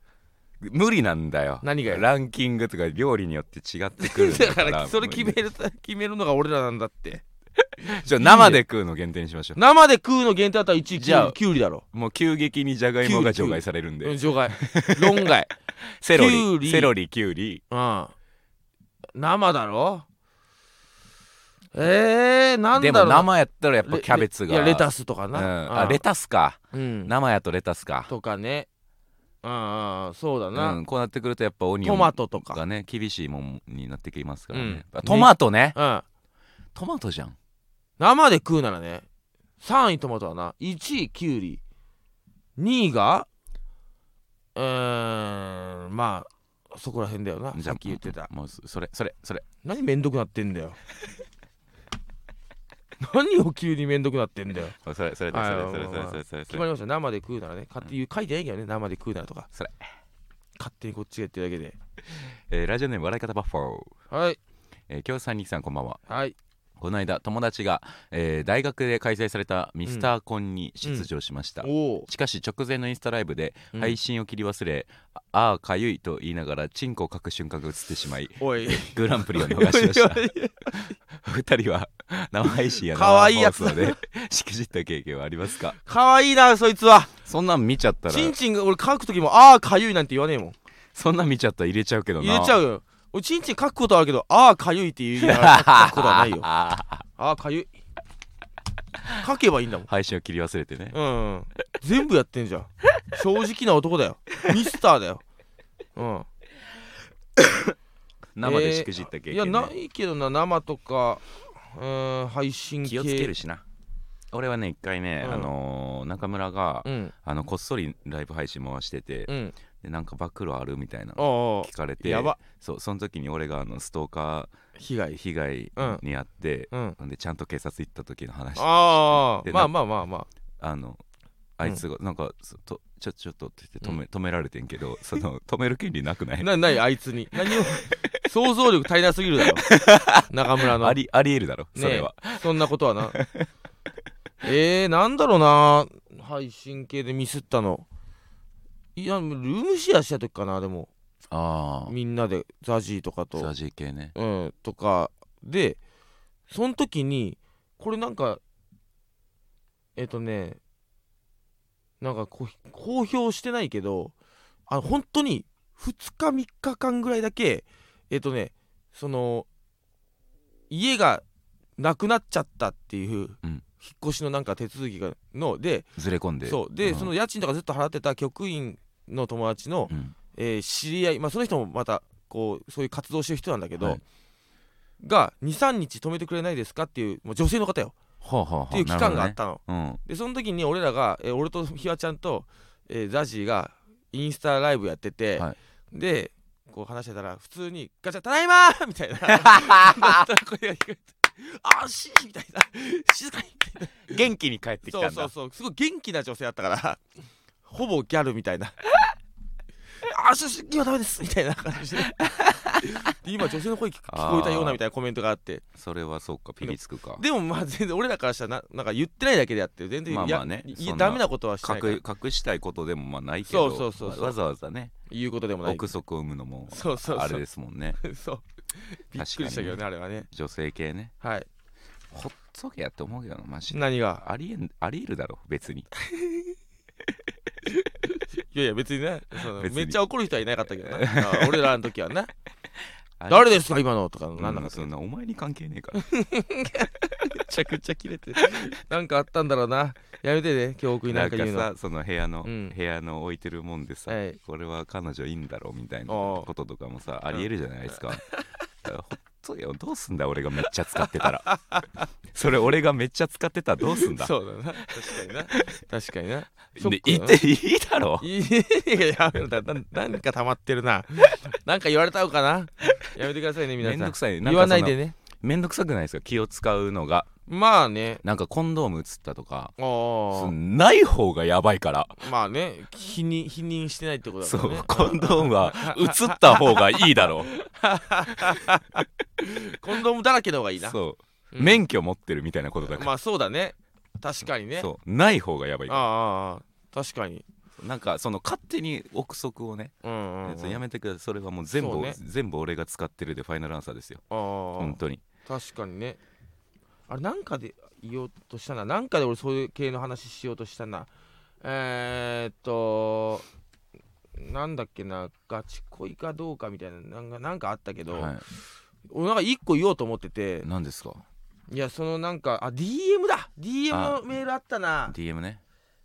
Speaker 1: 無理なんだよ
Speaker 2: 何がよ
Speaker 1: ランキングとか料理によって違ってくるん
Speaker 2: だ
Speaker 1: だ
Speaker 2: か
Speaker 1: から
Speaker 2: らそれ決め
Speaker 1: [LAUGHS]
Speaker 2: る決めるのが俺らなんだって
Speaker 1: じゃあ生で食うの限定にしましょ
Speaker 2: 生で食うの限定だったら1位き
Speaker 1: じゃ
Speaker 2: ゅう
Speaker 1: あ
Speaker 2: きゅうりだろ
Speaker 1: うもう急激にじゃがいもが除外されるん
Speaker 2: うん
Speaker 1: で
Speaker 2: 除外論外
Speaker 1: セロ
Speaker 2: きゅうり
Speaker 1: リセロリきゅうり
Speaker 2: うん生だろえー、なんだ
Speaker 1: で
Speaker 2: ろ
Speaker 1: も
Speaker 2: う
Speaker 1: 生やったらやっぱキャベツが
Speaker 2: いやレタ
Speaker 1: ス
Speaker 2: スとか
Speaker 1: うん
Speaker 2: な、
Speaker 1: あレタスか
Speaker 2: ス、うん、
Speaker 1: 生やとレタスか
Speaker 2: とかねうんうんうんそうだな、
Speaker 1: うんこうなってくるとやっぱオニオ
Speaker 2: ト
Speaker 1: ン
Speaker 2: マトとか
Speaker 1: がね厳しいもんになってきますからね
Speaker 2: うん
Speaker 1: トマトね
Speaker 2: うん
Speaker 1: トマトじゃん
Speaker 2: 生で食うならね3位トマトはな1位きゅうり2位がうーんまあそこら辺だよな
Speaker 1: じ
Speaker 2: さ
Speaker 1: ゃ
Speaker 2: っき言ってた
Speaker 1: もうそれそれそれ
Speaker 2: 何めんどくなってん
Speaker 1: [LAUGHS]
Speaker 2: だよ何を急にめんどくなってんだよ
Speaker 1: それそれそれ
Speaker 2: はい
Speaker 1: それそ
Speaker 2: まあまあまあ
Speaker 1: れそれそ
Speaker 2: 決
Speaker 1: れ
Speaker 2: まりました生で食うならね勝手に書いてないけどね生で食うならとか
Speaker 1: それ
Speaker 2: 勝手にこっちが言ってるだけで
Speaker 1: えーラジオネーム笑い方バッファー
Speaker 2: はい
Speaker 1: えー京さんにきさんこんばんは
Speaker 2: はい
Speaker 1: この間友達が、えー大学で開催されたミスターコンに出場しました、
Speaker 2: おお
Speaker 1: しかし直前のインスタライブで
Speaker 2: うん
Speaker 1: 配信を切り忘れ、ああーかゆいと言いながらチンコを書く瞬間が映ってしまい
Speaker 2: おい
Speaker 1: グランプリを逃しま
Speaker 2: [LAUGHS]
Speaker 1: した二人は生配信や
Speaker 2: 可愛いやつ
Speaker 1: 生放送でしくじった経験はありますか
Speaker 2: かわいいなそいつは
Speaker 1: そんなん見ちゃったら
Speaker 2: ちんちんが俺書く時もああかゆいなんて言わねえもん
Speaker 1: そんなん見ちゃったら入れちゃうけどな
Speaker 2: 入れちゃうよ俺ちんちん書くことはあるけどああかゆいって言いながら
Speaker 1: [LAUGHS]
Speaker 2: 書くことはないよ
Speaker 1: あー
Speaker 2: ああかゆい書けばいいんだもん
Speaker 1: 配信を切り忘れてね
Speaker 2: うん全部やってんじゃん正直な男だよミスターだようん
Speaker 1: 生でしくじった経験、ね
Speaker 2: いやないけどな生とかうーん配信系
Speaker 1: 気をつけるしな俺はね一回ね、
Speaker 2: うん
Speaker 1: あのー中村が、
Speaker 2: うん
Speaker 1: あのこっそりライブ配信回してて、
Speaker 2: うん
Speaker 1: でなんか暴露あるみたいな
Speaker 2: ああ
Speaker 1: 聞かれて
Speaker 2: やば
Speaker 1: そうその時に俺があのストーカ
Speaker 2: 被害
Speaker 1: ー被害
Speaker 2: うん
Speaker 1: に遭って、
Speaker 2: うん
Speaker 1: [LAUGHS] ん、でちゃんと警察行った時の話あ
Speaker 2: ああ
Speaker 1: で
Speaker 2: まあ
Speaker 1: な
Speaker 2: まあまあまあ
Speaker 1: のあいつがなんか、そとちょちょっとって言って止め,、止められてんけ
Speaker 2: [LAUGHS]
Speaker 1: どその止める権利なくない
Speaker 2: なないあいつに
Speaker 1: [LAUGHS]
Speaker 2: 何を想像力足りなすぎるだろ中村の
Speaker 1: ありありえるだろ
Speaker 2: ねえ
Speaker 1: それは、
Speaker 2: そんなこと
Speaker 1: [LAUGHS]
Speaker 2: はなえー、なんだろうな配信系でミスったのいやルームシェアした時かなでも
Speaker 1: あ
Speaker 2: みんなでザジーとか
Speaker 1: あ
Speaker 2: と
Speaker 1: ザジ系ね
Speaker 2: うん、とかでその時にこれなんかえっ、とねなんかこう公表してないけどあの本当に2日3日間ぐらいだけえっ、とねその家がなくなっちゃったっていう、
Speaker 1: うん
Speaker 2: 引っ越しのなんか手続きがので
Speaker 1: ずれ込んで
Speaker 2: そうで、
Speaker 1: ん
Speaker 2: その家賃とかずっと払ってた局員の友達の、
Speaker 1: うん
Speaker 2: えー知り合い、まあ、その人もまたこうそういう活動してる人なんだけど、
Speaker 1: はい
Speaker 2: が23日止めてくれないですかっていうもう女性の方よ
Speaker 1: はあはあはあ
Speaker 2: っていう期間があっ、たの、
Speaker 1: なるほどね
Speaker 2: でその時に俺らが、えー俺とひわちゃんと、えーザジーがインスタライブやってて、
Speaker 1: はい
Speaker 2: でこう話してたら普通に「ガチャただいま!」み
Speaker 1: [LAUGHS]
Speaker 2: たいななった声が聞こえて「あーしー!」みたいな [LAUGHS] 静かに
Speaker 1: うん、元気に帰ってきたん
Speaker 2: そ
Speaker 1: だ
Speaker 2: うそうそうすごい元気な女性だったから [LAUGHS] ほぼギャルみたいな [LAUGHS] 「あ出身はダメです」みたいな感じで [LAUGHS] で今女性の声聞聞こえたようなみたいなコメントがあって
Speaker 1: それはそうかピリつくか
Speaker 2: でもまあ全然俺らからしたらななんか言ってないだけであって全然、
Speaker 1: まあ
Speaker 2: いや
Speaker 1: まあね
Speaker 2: い
Speaker 1: そん
Speaker 2: や
Speaker 1: な
Speaker 2: ダメなことはしないから
Speaker 1: 隠隠したいことでもまあないけど
Speaker 2: そうそうそうそう
Speaker 1: わざわざね
Speaker 2: 言うことでもない
Speaker 1: 憶測を生むのも
Speaker 2: そうそうそう
Speaker 1: あれですもんね
Speaker 2: [LAUGHS] そうびっくりしたけどねあれはね
Speaker 1: 女性系ね
Speaker 2: はい
Speaker 1: ほっとけやって思うけどなマジで
Speaker 2: 何が
Speaker 1: ありえんありえるだろ別に
Speaker 2: いやいや別にねそ
Speaker 1: [LAUGHS]
Speaker 2: の
Speaker 1: 別に
Speaker 2: めっちゃ怒る人はいなかったけど
Speaker 1: [LAUGHS]
Speaker 2: なあ俺らの時はね誰ですか今のとか
Speaker 1: うん
Speaker 2: なんなかったけ
Speaker 1: そ
Speaker 2: ど
Speaker 1: んなお前に関係ねえから
Speaker 2: [LAUGHS] めちゃくちゃ切れてる [LAUGHS] なんかあったんだろうなやめてね教育に
Speaker 1: な
Speaker 2: なんん
Speaker 1: か
Speaker 2: か言うの
Speaker 1: さその部屋の、
Speaker 2: うん
Speaker 1: 部屋の置いてるもんでさ、
Speaker 2: はい
Speaker 1: これは彼女いいんだろうみたいな
Speaker 2: おう
Speaker 1: こととかもさありえるじゃないですか、だからほっとけよどうすんだ俺がめっちゃ使ってたら [LAUGHS] それ俺がめっちゃ使ってたらどうすんだ
Speaker 2: そうだな確かにな確かになショ
Speaker 1: で
Speaker 2: ック
Speaker 1: い
Speaker 2: だな
Speaker 1: ていいだろ
Speaker 2: いやいややめろだななんか溜まってるななんか言われたのかなやめてくださいね皆
Speaker 1: め
Speaker 2: さん
Speaker 1: んどくさい
Speaker 2: 言わないで
Speaker 1: ね
Speaker 2: ね
Speaker 1: めんどくさくないですか気を使うのが
Speaker 2: まあね
Speaker 1: なんかコンドーム映ったとか
Speaker 2: ああ
Speaker 1: ない方がやばいから
Speaker 2: まあね否認否認してないってことだ
Speaker 1: そ
Speaker 2: か
Speaker 1: う
Speaker 2: らね
Speaker 1: コンドームは [LAUGHS] 映った方がいいだろ
Speaker 2: コンドームだらけの方がいいうな
Speaker 1: そう
Speaker 2: うん
Speaker 1: 免許持ってるみたいなことだか
Speaker 2: まあそうだね確かにね
Speaker 1: らそうない方がやばい
Speaker 2: ああああ確かに
Speaker 1: なんかその勝手に憶測をね
Speaker 2: うんうん、うん、
Speaker 1: やめてくださいそれはもう全
Speaker 2: そう
Speaker 1: 部
Speaker 2: ね
Speaker 1: 全部俺が使ってるでファイナルアンサーですよ
Speaker 2: ああ
Speaker 1: 本当に
Speaker 2: 確かにねあれなんかで言おうとしたななんかで俺そういう系の話しようとしたなえー、っとなんだっけなガチ恋かどうかみたいななんかなんかあったけど、
Speaker 1: は
Speaker 2: 俺なんか一個言おうと思ってて
Speaker 1: い何ですか
Speaker 2: いやそのなんかあ DM だ DM のメールあったな
Speaker 1: DM ね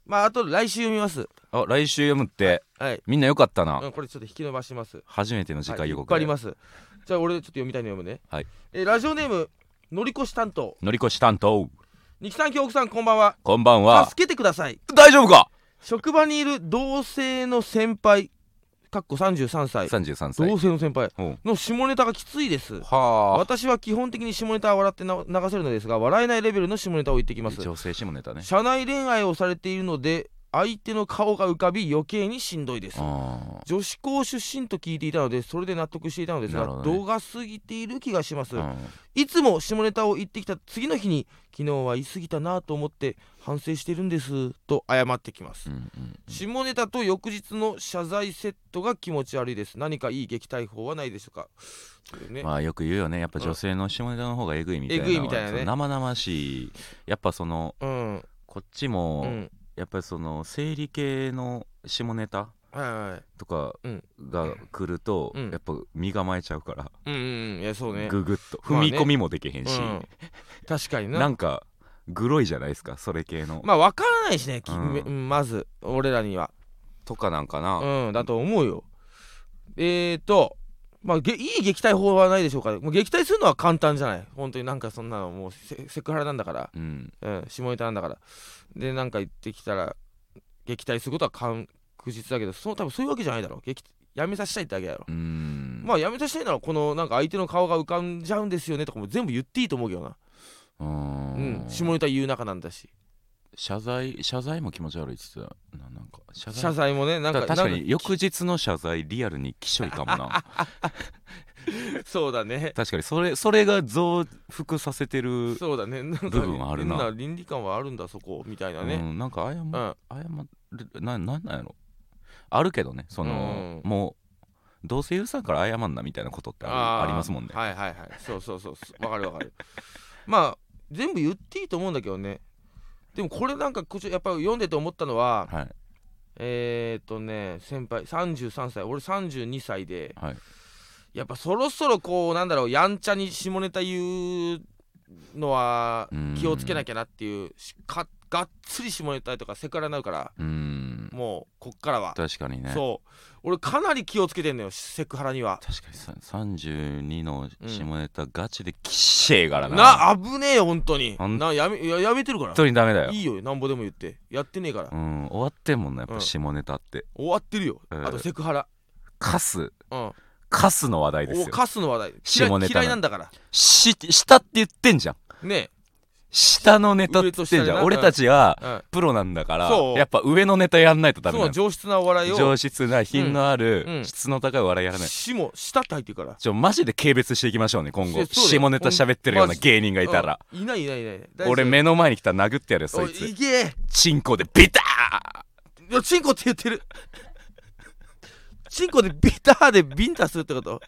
Speaker 2: まああと来週読みます
Speaker 1: あ来週読むって
Speaker 2: はい、
Speaker 1: みんなよかった
Speaker 2: う、
Speaker 1: なん
Speaker 2: これちょっと引き伸ばします
Speaker 1: 初めての次
Speaker 2: はい
Speaker 1: 回
Speaker 2: い
Speaker 1: 予
Speaker 2: っ
Speaker 1: 告
Speaker 2: ぱいあり
Speaker 1: で
Speaker 2: ますじゃあ俺ちょっと読みたいの読むね
Speaker 1: はい
Speaker 2: えーラジオネームのりこし担当
Speaker 1: 乗り越し担当
Speaker 2: 二木さん京極さんこんばんは
Speaker 1: こんばんは
Speaker 2: 助けてください
Speaker 1: 大丈夫か
Speaker 2: 職場にいる同性の先輩かっこ33歳
Speaker 1: 33歳
Speaker 2: 同性の先輩
Speaker 1: おう
Speaker 2: の下ネタがきついです
Speaker 1: は
Speaker 2: 私は基本的に下ネタは笑ってな流せるのですが笑えないレベルの下ネタを言ってき
Speaker 1: あ
Speaker 2: ます
Speaker 1: 女性下ネタね
Speaker 2: 社内恋愛をされているので相手の顔が浮かび余計にしんどいです
Speaker 1: あ
Speaker 2: 女子校出身と聞いていたのでそれで納得していたのです
Speaker 1: な
Speaker 2: が、
Speaker 1: るほどね
Speaker 2: 度が過ぎている気がします
Speaker 1: ーうん
Speaker 2: いつも下ネタを言ってきた次の日に昨日は言い過ぎたなと思って反省してるんですと謝ってきます
Speaker 1: うんうん
Speaker 2: 下ネタと翌日の謝罪セットが気持ち悪いです何かいい撃退法はないでしょうかというね
Speaker 1: まあよく言うよねやっぱ女性の下ネタの方がえぐいみたいな
Speaker 2: えぐいみたいなね
Speaker 1: その生々しいやっぱその
Speaker 2: うん
Speaker 1: こっち
Speaker 2: う
Speaker 1: も
Speaker 2: ん
Speaker 1: やっぱりその生理系の下ネタ
Speaker 2: はいはい
Speaker 1: とか
Speaker 2: うん
Speaker 1: が来ると
Speaker 2: うん
Speaker 1: やっぱ身構えちゃうから
Speaker 2: うんうんうんいやそうね
Speaker 1: ググッと
Speaker 2: まあね
Speaker 1: 踏み込みもできへんし
Speaker 2: うん確かにな
Speaker 1: なんかグロいじゃないですかそれ系の
Speaker 2: まあ分からないしね、き
Speaker 1: うん
Speaker 2: めうんまず俺らには
Speaker 1: とかなんかな
Speaker 2: うんだと思うよえーとまあ、げいい撃退法はないでしょうかもう撃退するのは簡単じゃない本当になんかそんなのもうセセクハラなんだから
Speaker 1: うん
Speaker 2: うん、下ネタなんだからでなんか言ってきたら撃退することは確実だけどそう多分そういうわけじゃないだろ撃やめさせたいってだけだろ、
Speaker 1: うん
Speaker 2: まあやめさせたいならこのなんか相手の顔が浮かんじゃうんですよねとかも全部言っていいと思うけどな、
Speaker 1: う
Speaker 2: うんん、下ネタ言う仲なんだし
Speaker 1: 謝罪謝罪も気持ち悪いっつってたななんか謝罪
Speaker 2: 謝罪もねなんか
Speaker 1: だから確か
Speaker 2: なん
Speaker 1: に翌日の謝罪リアルにきしょいかもな
Speaker 2: そうだ
Speaker 1: [LAUGHS]
Speaker 2: ね
Speaker 1: 確かにそれそれが増幅させてる
Speaker 2: そうだねなんか
Speaker 1: 部分はあるな
Speaker 2: 変倫理観はあるんだそこみたいな
Speaker 1: う
Speaker 2: ね、
Speaker 1: ん、なんか謝,、
Speaker 2: うん
Speaker 1: 謝るななんなんやろあるけどねその、
Speaker 2: う
Speaker 1: もう同性優さんから謝んなみたいなことってある
Speaker 2: ー
Speaker 1: ありますもんね
Speaker 2: はいはいはいそうそうそうそうわかるわかるまあ全部言っていいと思うんだけどねでもこれなんかこっちやっぱ読んでて思ったのは
Speaker 1: はい
Speaker 2: えー、っとね先輩33歳俺32歳で
Speaker 1: はい
Speaker 2: やっぱそろそろこうなんだろうやんちゃに下ネタ言うのは
Speaker 1: うん
Speaker 2: 気をつけなきゃなっていうしかがっつり下ネタとかセクハラになるから
Speaker 1: うーん
Speaker 2: もうこっからは、
Speaker 1: 確かにね
Speaker 2: そう俺かなり気をつけてんのよセクハラには
Speaker 1: 確かにさ32の下ネタガチできっしえからな
Speaker 2: な危ねえよ本当に
Speaker 1: ほん
Speaker 2: なやめややめてるから
Speaker 1: 本当にダメだよ
Speaker 2: いいよなんぼでも言ってやってねえから、
Speaker 1: うん終わってんもんなやっ
Speaker 2: う
Speaker 1: ぱ
Speaker 2: ん
Speaker 1: 下ネタって
Speaker 2: 終わってるよ、
Speaker 1: うん
Speaker 2: あとセクハラ
Speaker 1: カス
Speaker 2: うん
Speaker 1: カスの話題です
Speaker 2: お
Speaker 1: よ
Speaker 2: カスの話題
Speaker 1: 下ネタ
Speaker 2: 嫌
Speaker 1: ない
Speaker 2: 嫌いなんだから
Speaker 1: し下って言ってんじゃん
Speaker 2: ね
Speaker 1: 下のネタって言ってんじ
Speaker 2: 上と下
Speaker 1: ゃ
Speaker 2: で
Speaker 1: ん
Speaker 2: な
Speaker 1: 俺たちは
Speaker 2: え、うん
Speaker 1: プロなんだから
Speaker 2: そう
Speaker 1: やっぱ上のネタやんないとダ
Speaker 2: そ
Speaker 1: メ
Speaker 2: の
Speaker 1: な
Speaker 2: 上質なお笑い
Speaker 1: の
Speaker 2: を
Speaker 1: 上質な品のある、
Speaker 2: うんうん
Speaker 1: 質の高い笑いやらない
Speaker 2: しも下って入ってるから
Speaker 1: ちょマジで軽蔑していきましょうね今後
Speaker 2: せそうだよ
Speaker 1: 下ネタ喋ってるような芸人がいたら、
Speaker 2: うんいないいないいない大丈夫
Speaker 1: 俺目の前に来たら殴ってやるよそ
Speaker 2: お
Speaker 1: い
Speaker 2: い
Speaker 1: つ
Speaker 2: いけえ
Speaker 1: チンコでビター
Speaker 2: いやチンコって言ってるチンコでビターでビンタするってこと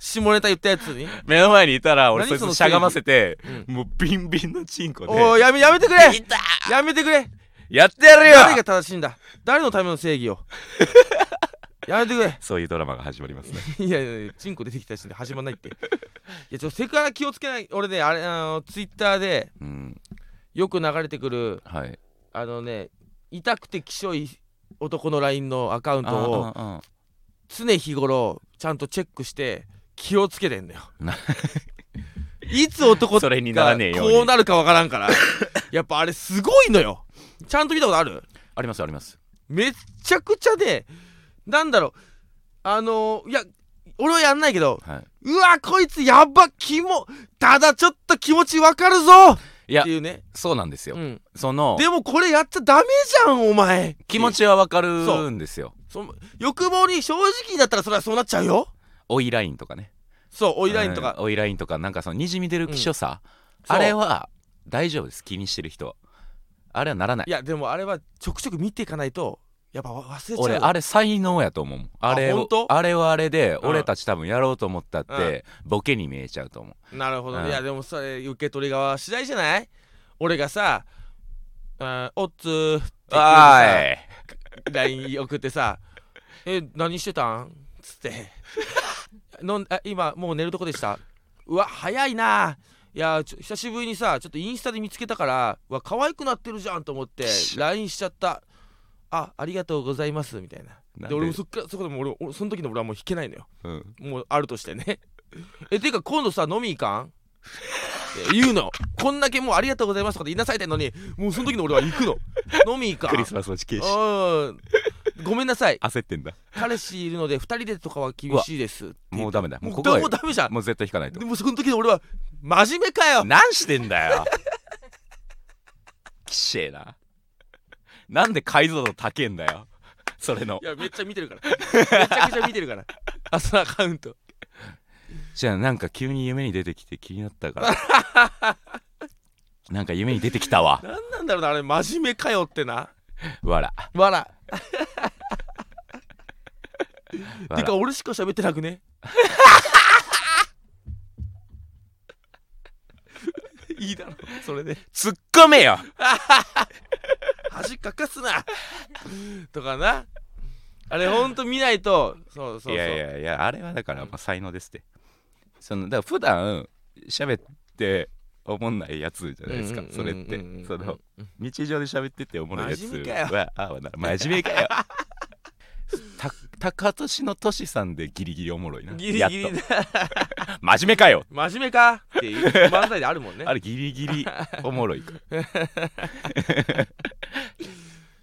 Speaker 2: 下ネタ言ったやつに
Speaker 1: 目の前にいたら俺そい
Speaker 2: 何その
Speaker 1: つしゃがませて
Speaker 2: 正、
Speaker 1: もうビンビンのチンコで
Speaker 2: おいやめやめてくれ
Speaker 1: ビター
Speaker 2: やめてくれ
Speaker 1: やってやるよ
Speaker 2: 誰が正しいんだ誰のための正
Speaker 1: [LAUGHS]
Speaker 2: 義をやめてくれ
Speaker 1: そういうドラマが始まりますね
Speaker 2: いやいやいや、チンコ出てきたし、始まんないって。いや、ちょ、セクハラ気をつけない。俺ね、あれ、あの、ツイッターで
Speaker 1: うん
Speaker 2: よく流れてくる、
Speaker 1: はい
Speaker 2: あのね、痛くてきしょい男の LINE のアカウントを
Speaker 1: ああ
Speaker 2: 常日頃、ちゃんとチェックして、気をつけてんだよ
Speaker 1: な。
Speaker 2: [LAUGHS] いつ男
Speaker 1: それにならねえように
Speaker 2: こうなるかわからん
Speaker 1: [LAUGHS]
Speaker 2: から。やっぱあれすごいのよ。ちゃんと見たことある
Speaker 1: ありますあります
Speaker 2: めっちゃくちゃで、なんだろう、あのいや、俺はやんないけど、
Speaker 1: は
Speaker 2: うわこいつやば気もただちょっと気持ちわかるぞっ
Speaker 1: いいや
Speaker 2: ていうね、
Speaker 1: そうなんですよ、
Speaker 2: うん、
Speaker 1: その
Speaker 2: でもこれやっちゃダメじゃんお前
Speaker 1: 気持ちはわかるんですよ
Speaker 2: その欲望に正直だったらそれはそうなっちゃうよ
Speaker 1: オイラインとかね
Speaker 2: そうオイラインとか、
Speaker 1: うんオイラインとかなんかそのにじみ出る気所さ、
Speaker 2: そう
Speaker 1: あれは大丈夫です気にしてる人はあれはならない
Speaker 2: いやでもあれはちょくちょく見ていかないとやっぱ忘れちゃう
Speaker 1: 俺あれ才能やと思うもんあれを
Speaker 2: 本当
Speaker 1: あれはあれで
Speaker 2: うん
Speaker 1: 俺たち多分やろうと思ったってボケに見えちゃうと思う
Speaker 2: なるほど、ね
Speaker 1: うん
Speaker 2: いやでもそれ受け取り側次第じゃない俺がさ「うんおっつー」って言
Speaker 1: あ
Speaker 2: ってさ
Speaker 1: い
Speaker 2: LINE 送ってさ「え何してたん?」つって [LAUGHS] 「のんあ今もう寝るとこでした」「うわ早いないやちょ久しぶりにさちょっとインスタで見つけたからうわ可愛くなってるじゃん」と思って
Speaker 1: [LAUGHS]
Speaker 2: LINE しちゃった「あありがとうございます」みたいな
Speaker 1: なんで
Speaker 2: で俺もそっからそこでも俺俺その時の俺はもう引けないのよ
Speaker 1: うん
Speaker 2: もうあるとしてね [LAUGHS] えてか今度さ飲み行かんって言うのこんだけもうありがとうございますとかって言いなさいってんのにもうその時の俺は行
Speaker 1: [LAUGHS]
Speaker 2: くの飲み行かん
Speaker 1: クリスマスの地形
Speaker 2: うんごめんなさい
Speaker 1: 焦ってんだ
Speaker 2: 彼氏いるので2人でとかは厳しいですって言
Speaker 1: も
Speaker 2: って
Speaker 1: うダメだもう
Speaker 2: もう
Speaker 1: ここは
Speaker 2: もうダメじゃん
Speaker 1: もう絶対引かないと
Speaker 2: でもその時の俺は真面目かよ
Speaker 1: 何してんだよきっしえななんで解像度高えんだよそれの
Speaker 2: いやめっちゃ見てる [LAUGHS] からめちゃくちゃ見てるからあそのアカウント
Speaker 1: じゃあなんか急に夢に出てきて気になったから
Speaker 2: [LAUGHS]
Speaker 1: なんか夢に出てきたわ
Speaker 2: 何なんだろうなあれ真面目かよってな
Speaker 1: わら
Speaker 2: わら
Speaker 1: わ
Speaker 2: て
Speaker 1: ら
Speaker 2: か俺しか喋ってなくね [LAUGHS] いいだろそれで
Speaker 1: 突っ込めよ
Speaker 2: 恥かかすなとかなあれほんと見ないとそうそうそう
Speaker 1: いやいやいやあれはだからまあ才能ですってそのだから普段喋って思んないやつじゃないですか、
Speaker 2: うんうん
Speaker 1: それっ
Speaker 2: う
Speaker 1: て
Speaker 2: んうんうん
Speaker 1: その日常で喋ってて思んないやつ
Speaker 2: 真面目かよ
Speaker 1: はああな真面目かよ [LAUGHS] た高俊の俊さんでギリギリおもろいな
Speaker 2: ギリギ
Speaker 1: やっ
Speaker 2: リ
Speaker 1: と
Speaker 2: だ
Speaker 1: 真面目かよ
Speaker 2: 真面目かっていう漫才であるもんね
Speaker 1: あれギリギリおもろ
Speaker 2: [LAUGHS]
Speaker 1: いか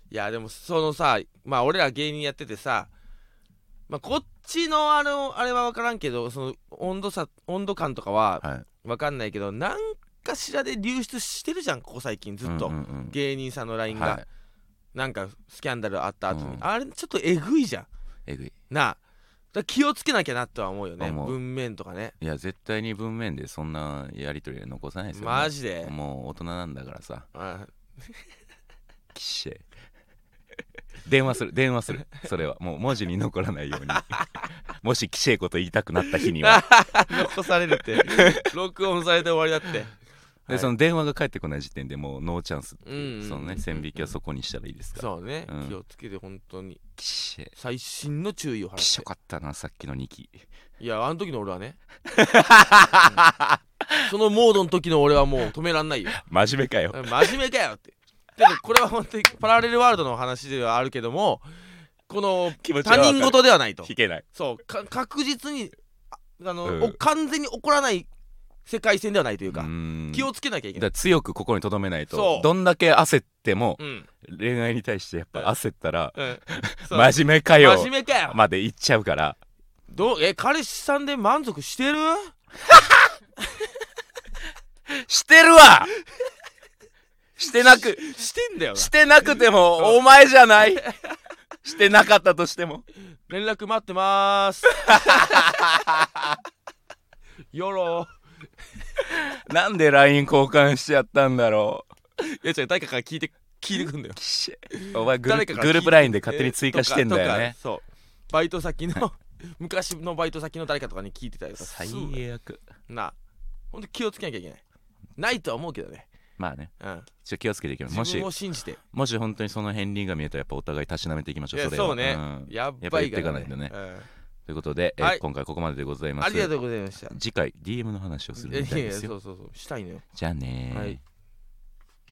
Speaker 2: いやでもそのさまあ俺ら芸人やっててさまあこっちのあのあれは分からんけどその温度差温度感とかは
Speaker 1: はい
Speaker 2: 分かんないけどなんかしらで流出してるじゃんここ最近ずっと、
Speaker 1: うんうんうん
Speaker 2: 芸人さんの LINE が、
Speaker 1: はい
Speaker 2: なんかスキャンダルあった後に、
Speaker 1: うん
Speaker 2: あれちょっとえぐいじゃん
Speaker 1: えぐい
Speaker 2: なあだから気をつけなきゃなとは思うよね
Speaker 1: 思う
Speaker 2: 文面とかね
Speaker 1: いや絶対に文面でそんなやりとりは残さないですよ
Speaker 2: マジで、
Speaker 1: もう大人なんだからさ
Speaker 2: あ
Speaker 1: きっしぇ電話する電話するそれはもう文字に残らないよう
Speaker 2: [LAUGHS]
Speaker 1: にもしきっしぇえこと言いたくなった日には [LAUGHS]
Speaker 2: 残されるって録音されて終わりだって
Speaker 1: で、その電話が返ってこない時点でもうノーチャンスっていう、
Speaker 2: うんうんうんうん
Speaker 1: そのね線引きはそこにしたらいいですから
Speaker 2: そうね、
Speaker 1: うん
Speaker 2: 気をつけて本当に
Speaker 1: きしえ
Speaker 2: 最新の注意を
Speaker 1: きしょ
Speaker 2: 払っ
Speaker 1: かったなさっきの2期
Speaker 2: ていやあの時の俺はね、うんそのモードの時の俺はもう止めらんないよ
Speaker 1: 真面目かよ
Speaker 2: 真面目かよってでもこれは本当にパラレルワールドの話ではあるけどもこの
Speaker 1: 気持ちは
Speaker 2: 他
Speaker 1: わかる
Speaker 2: 人事ではないと
Speaker 1: 弾けない
Speaker 2: そうか確実にああの、
Speaker 1: うん
Speaker 2: お完全に怒らない世界線ではないというか、
Speaker 1: うん
Speaker 2: 気をつけなきゃいけ
Speaker 1: だか
Speaker 2: ない
Speaker 1: ら強く心に留めない
Speaker 2: そ
Speaker 1: と
Speaker 2: う
Speaker 1: どんだけ焦っても
Speaker 2: うん、
Speaker 1: 恋愛に対してやっぱ焦ったら
Speaker 2: うん、そう
Speaker 1: 真面目かよ
Speaker 2: 真面目かよ、
Speaker 1: までいっちゃうから
Speaker 2: どうえ彼氏さんで満足してる
Speaker 1: してるわ [LAUGHS] してなく
Speaker 2: してんだよな
Speaker 1: してなくてもお前じゃないしてなかったとしても
Speaker 2: 連絡待ってまーす [LAUGHS] よろ
Speaker 1: なんで LINE 交換しちゃったんだろう
Speaker 2: いや違う誰かから聞いて聞いてくんだよ
Speaker 1: きしお前グル
Speaker 2: 誰かが聞いて
Speaker 1: グループ LINE で勝手に追加してんだよね
Speaker 2: とかそうバイト先の [LAUGHS] 昔のバイト先の誰かとかに聞いてたりとか
Speaker 1: 最
Speaker 2: すんのよ
Speaker 1: 悪
Speaker 2: なほんと気をつけなきゃいけないないとは思うけどね
Speaker 1: まあね
Speaker 2: うん
Speaker 1: ちょ気をつけていきましょうも
Speaker 2: 自分
Speaker 1: し
Speaker 2: を信じて
Speaker 1: もし本当にその片鱗が見えたらやっぱお互いたしなめていきましょ
Speaker 2: いうや
Speaker 1: それは
Speaker 2: そうね、
Speaker 1: ん
Speaker 2: やっ
Speaker 1: やっぱ
Speaker 2: ば
Speaker 1: 言っ
Speaker 2: い
Speaker 1: てい
Speaker 2: が
Speaker 1: からない
Speaker 2: ね
Speaker 1: とね
Speaker 2: うん
Speaker 1: ということで、えー
Speaker 2: はい
Speaker 1: 今回ここまででございま
Speaker 2: あ
Speaker 1: す
Speaker 2: りがとうございました
Speaker 1: 次回 DM の話をするみ
Speaker 2: い
Speaker 1: た
Speaker 2: や
Speaker 1: い
Speaker 2: い
Speaker 1: で
Speaker 2: や
Speaker 1: す
Speaker 2: そ
Speaker 1: よ
Speaker 2: うそうそうしたいのよ
Speaker 1: じゃあねー
Speaker 2: はい